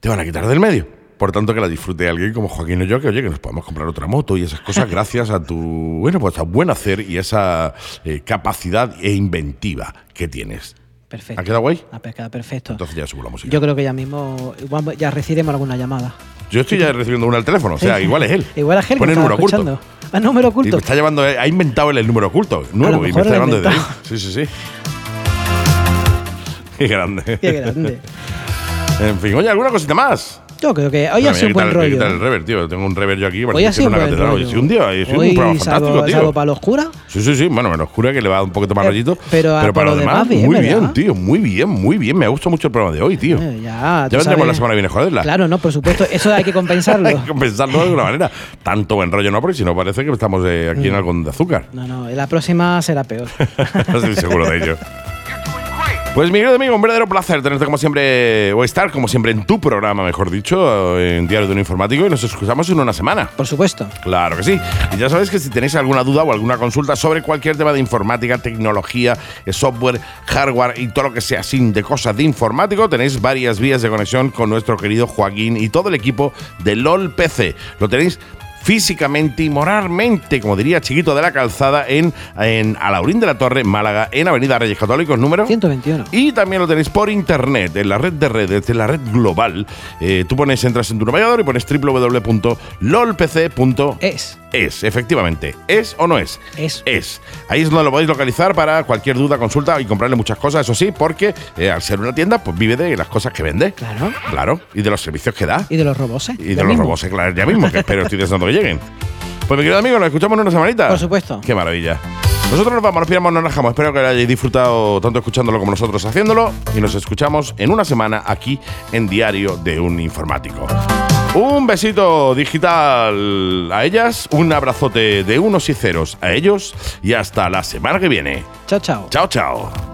Speaker 2: te van a quitar del medio. Por tanto, que la disfrute alguien como Joaquín o yo, que oye, que nos podamos comprar otra moto y esas cosas gracias a tu, bueno, pues a buen hacer y esa eh, capacidad e inventiva que tienes.
Speaker 3: Perfecto.
Speaker 2: ¿Ha quedado guay?
Speaker 3: Ha pescado perfecto.
Speaker 2: Entonces ya subo la música.
Speaker 3: Yo
Speaker 2: Yo,
Speaker 3: creo que ya mismo igual ya recibiremos alguna llamada.
Speaker 2: estoy ya recibiendo una al teléfono, o sea, igual es él.
Speaker 3: Igual a Helga
Speaker 2: Pone
Speaker 3: que
Speaker 2: número
Speaker 3: estaba
Speaker 2: oculto.
Speaker 3: escuchando. A
Speaker 2: Y me
Speaker 3: número oculto.
Speaker 2: está llevando, ha inventado él el número oculto, nuevo, y me
Speaker 3: mejor
Speaker 2: está
Speaker 3: lo ha
Speaker 2: llamando desde ahí.
Speaker 3: inventado.
Speaker 2: Sí, sí, sí. Qué grande.
Speaker 3: Qué grande.
Speaker 2: En fin, oye, ¿alguna cosita más?
Speaker 3: Yo creo que hoy ha
Speaker 2: Espérame,
Speaker 3: sido un
Speaker 2: voy a quitar- voy a
Speaker 3: buen rollo. ¿eh?
Speaker 2: quitar el rever, tío. Tengo un rever yo aquí.
Speaker 3: Hoy
Speaker 2: parece
Speaker 3: ha
Speaker 2: que
Speaker 3: sido un
Speaker 2: una
Speaker 3: buen
Speaker 2: catedral. Hoy
Speaker 3: rollo.
Speaker 2: ha sido un día, hoy ha sido un
Speaker 3: Hoy,
Speaker 2: programa
Speaker 3: salvo-
Speaker 2: fantástico, tío.
Speaker 3: salvo para lo oscura,
Speaker 2: Sí, sí, sí, bueno, menos oscura que le va a dar un poquito más
Speaker 3: Eh,
Speaker 2: rollito.
Speaker 3: pero a-
Speaker 2: para
Speaker 3: por
Speaker 2: lo
Speaker 3: lo
Speaker 2: demás,
Speaker 3: demás, bien,
Speaker 2: muy
Speaker 3: ¿verdad?
Speaker 2: bien, tío. Muy bien, muy bien. Me ha gustado mucho el programa de hoy, tío.
Speaker 3: eh, ya, tú
Speaker 2: ya vendremos
Speaker 3: sabes.
Speaker 2: la semana que viene a joderla.
Speaker 3: Claro, no, por supuesto, eso hay que
Speaker 2: Hay
Speaker 3: compensarlo.
Speaker 2: que compensarlo de alguna manera. Tanto buen rollo no, porque si no parece que estamos
Speaker 3: Mm.
Speaker 2: eh, aquí en algún de azúcar.
Speaker 3: No, no, la próxima será peor.
Speaker 2: Estoy seguro de
Speaker 4: You're
Speaker 2: ello.
Speaker 4: 20
Speaker 2: Pues mi querido amigo, un verdadero placer tenerte como siempre, o estar como siempre en tu programa, mejor dicho, en Diario de un Informático, y nos escuchamos en una semana.
Speaker 3: Por supuesto.
Speaker 2: Claro que sí. Y ya sabéis que si tenéis alguna duda o alguna consulta sobre cualquier tema de informática, tecnología, eh, software, hardware y todo lo que sea sin de cosas de informático, tenéis varias vías de conexión con nuestro querido Joaquín y todo el equipo de LOL PC. Lo tenéis físicamente y moralmente, como diría Chiquito de la Calzada, en, en Alaurín de la Torre, Málaga, en Avenida Reyes Católicos, número
Speaker 3: 121.
Speaker 2: y también lo tenéis por internet, en la red de redes, en la red global. Eh, tú pones, entras en tu navegador y pones www.lolpc.es.
Speaker 3: Es.
Speaker 2: efectivamente. ¿Es o no es?
Speaker 3: Es.
Speaker 2: Es. Ahí es donde lo podéis localizar para cualquier duda, consulta y comprarle muchas cosas, eso sí, porque eh, al ser una tienda, pues vive de las cosas que vende.
Speaker 3: Claro.
Speaker 2: Claro. Y de los servicios que da.
Speaker 3: Y de los robos, ¿eh?
Speaker 2: Y de
Speaker 3: Del
Speaker 2: los
Speaker 3: mismo.
Speaker 2: robos, eh, claro, ya mismo, que espero, estoy deseando que lleguen. Pues mi querido amigo, nos escuchamos en una semanita.
Speaker 3: Por supuesto.
Speaker 2: Qué maravilla. Nosotros nos vamos, nos piramos, nos rajamos. Espero que lo hayáis disfrutado tanto escuchándolo como nosotros haciéndolo. Y nos escuchamos en una semana aquí en Diario de un Informático. Un besito digital a ellas, un abrazote de unos y ceros a ellos y hasta la semana que viene.
Speaker 3: Chao, chao.
Speaker 2: Chao, chao.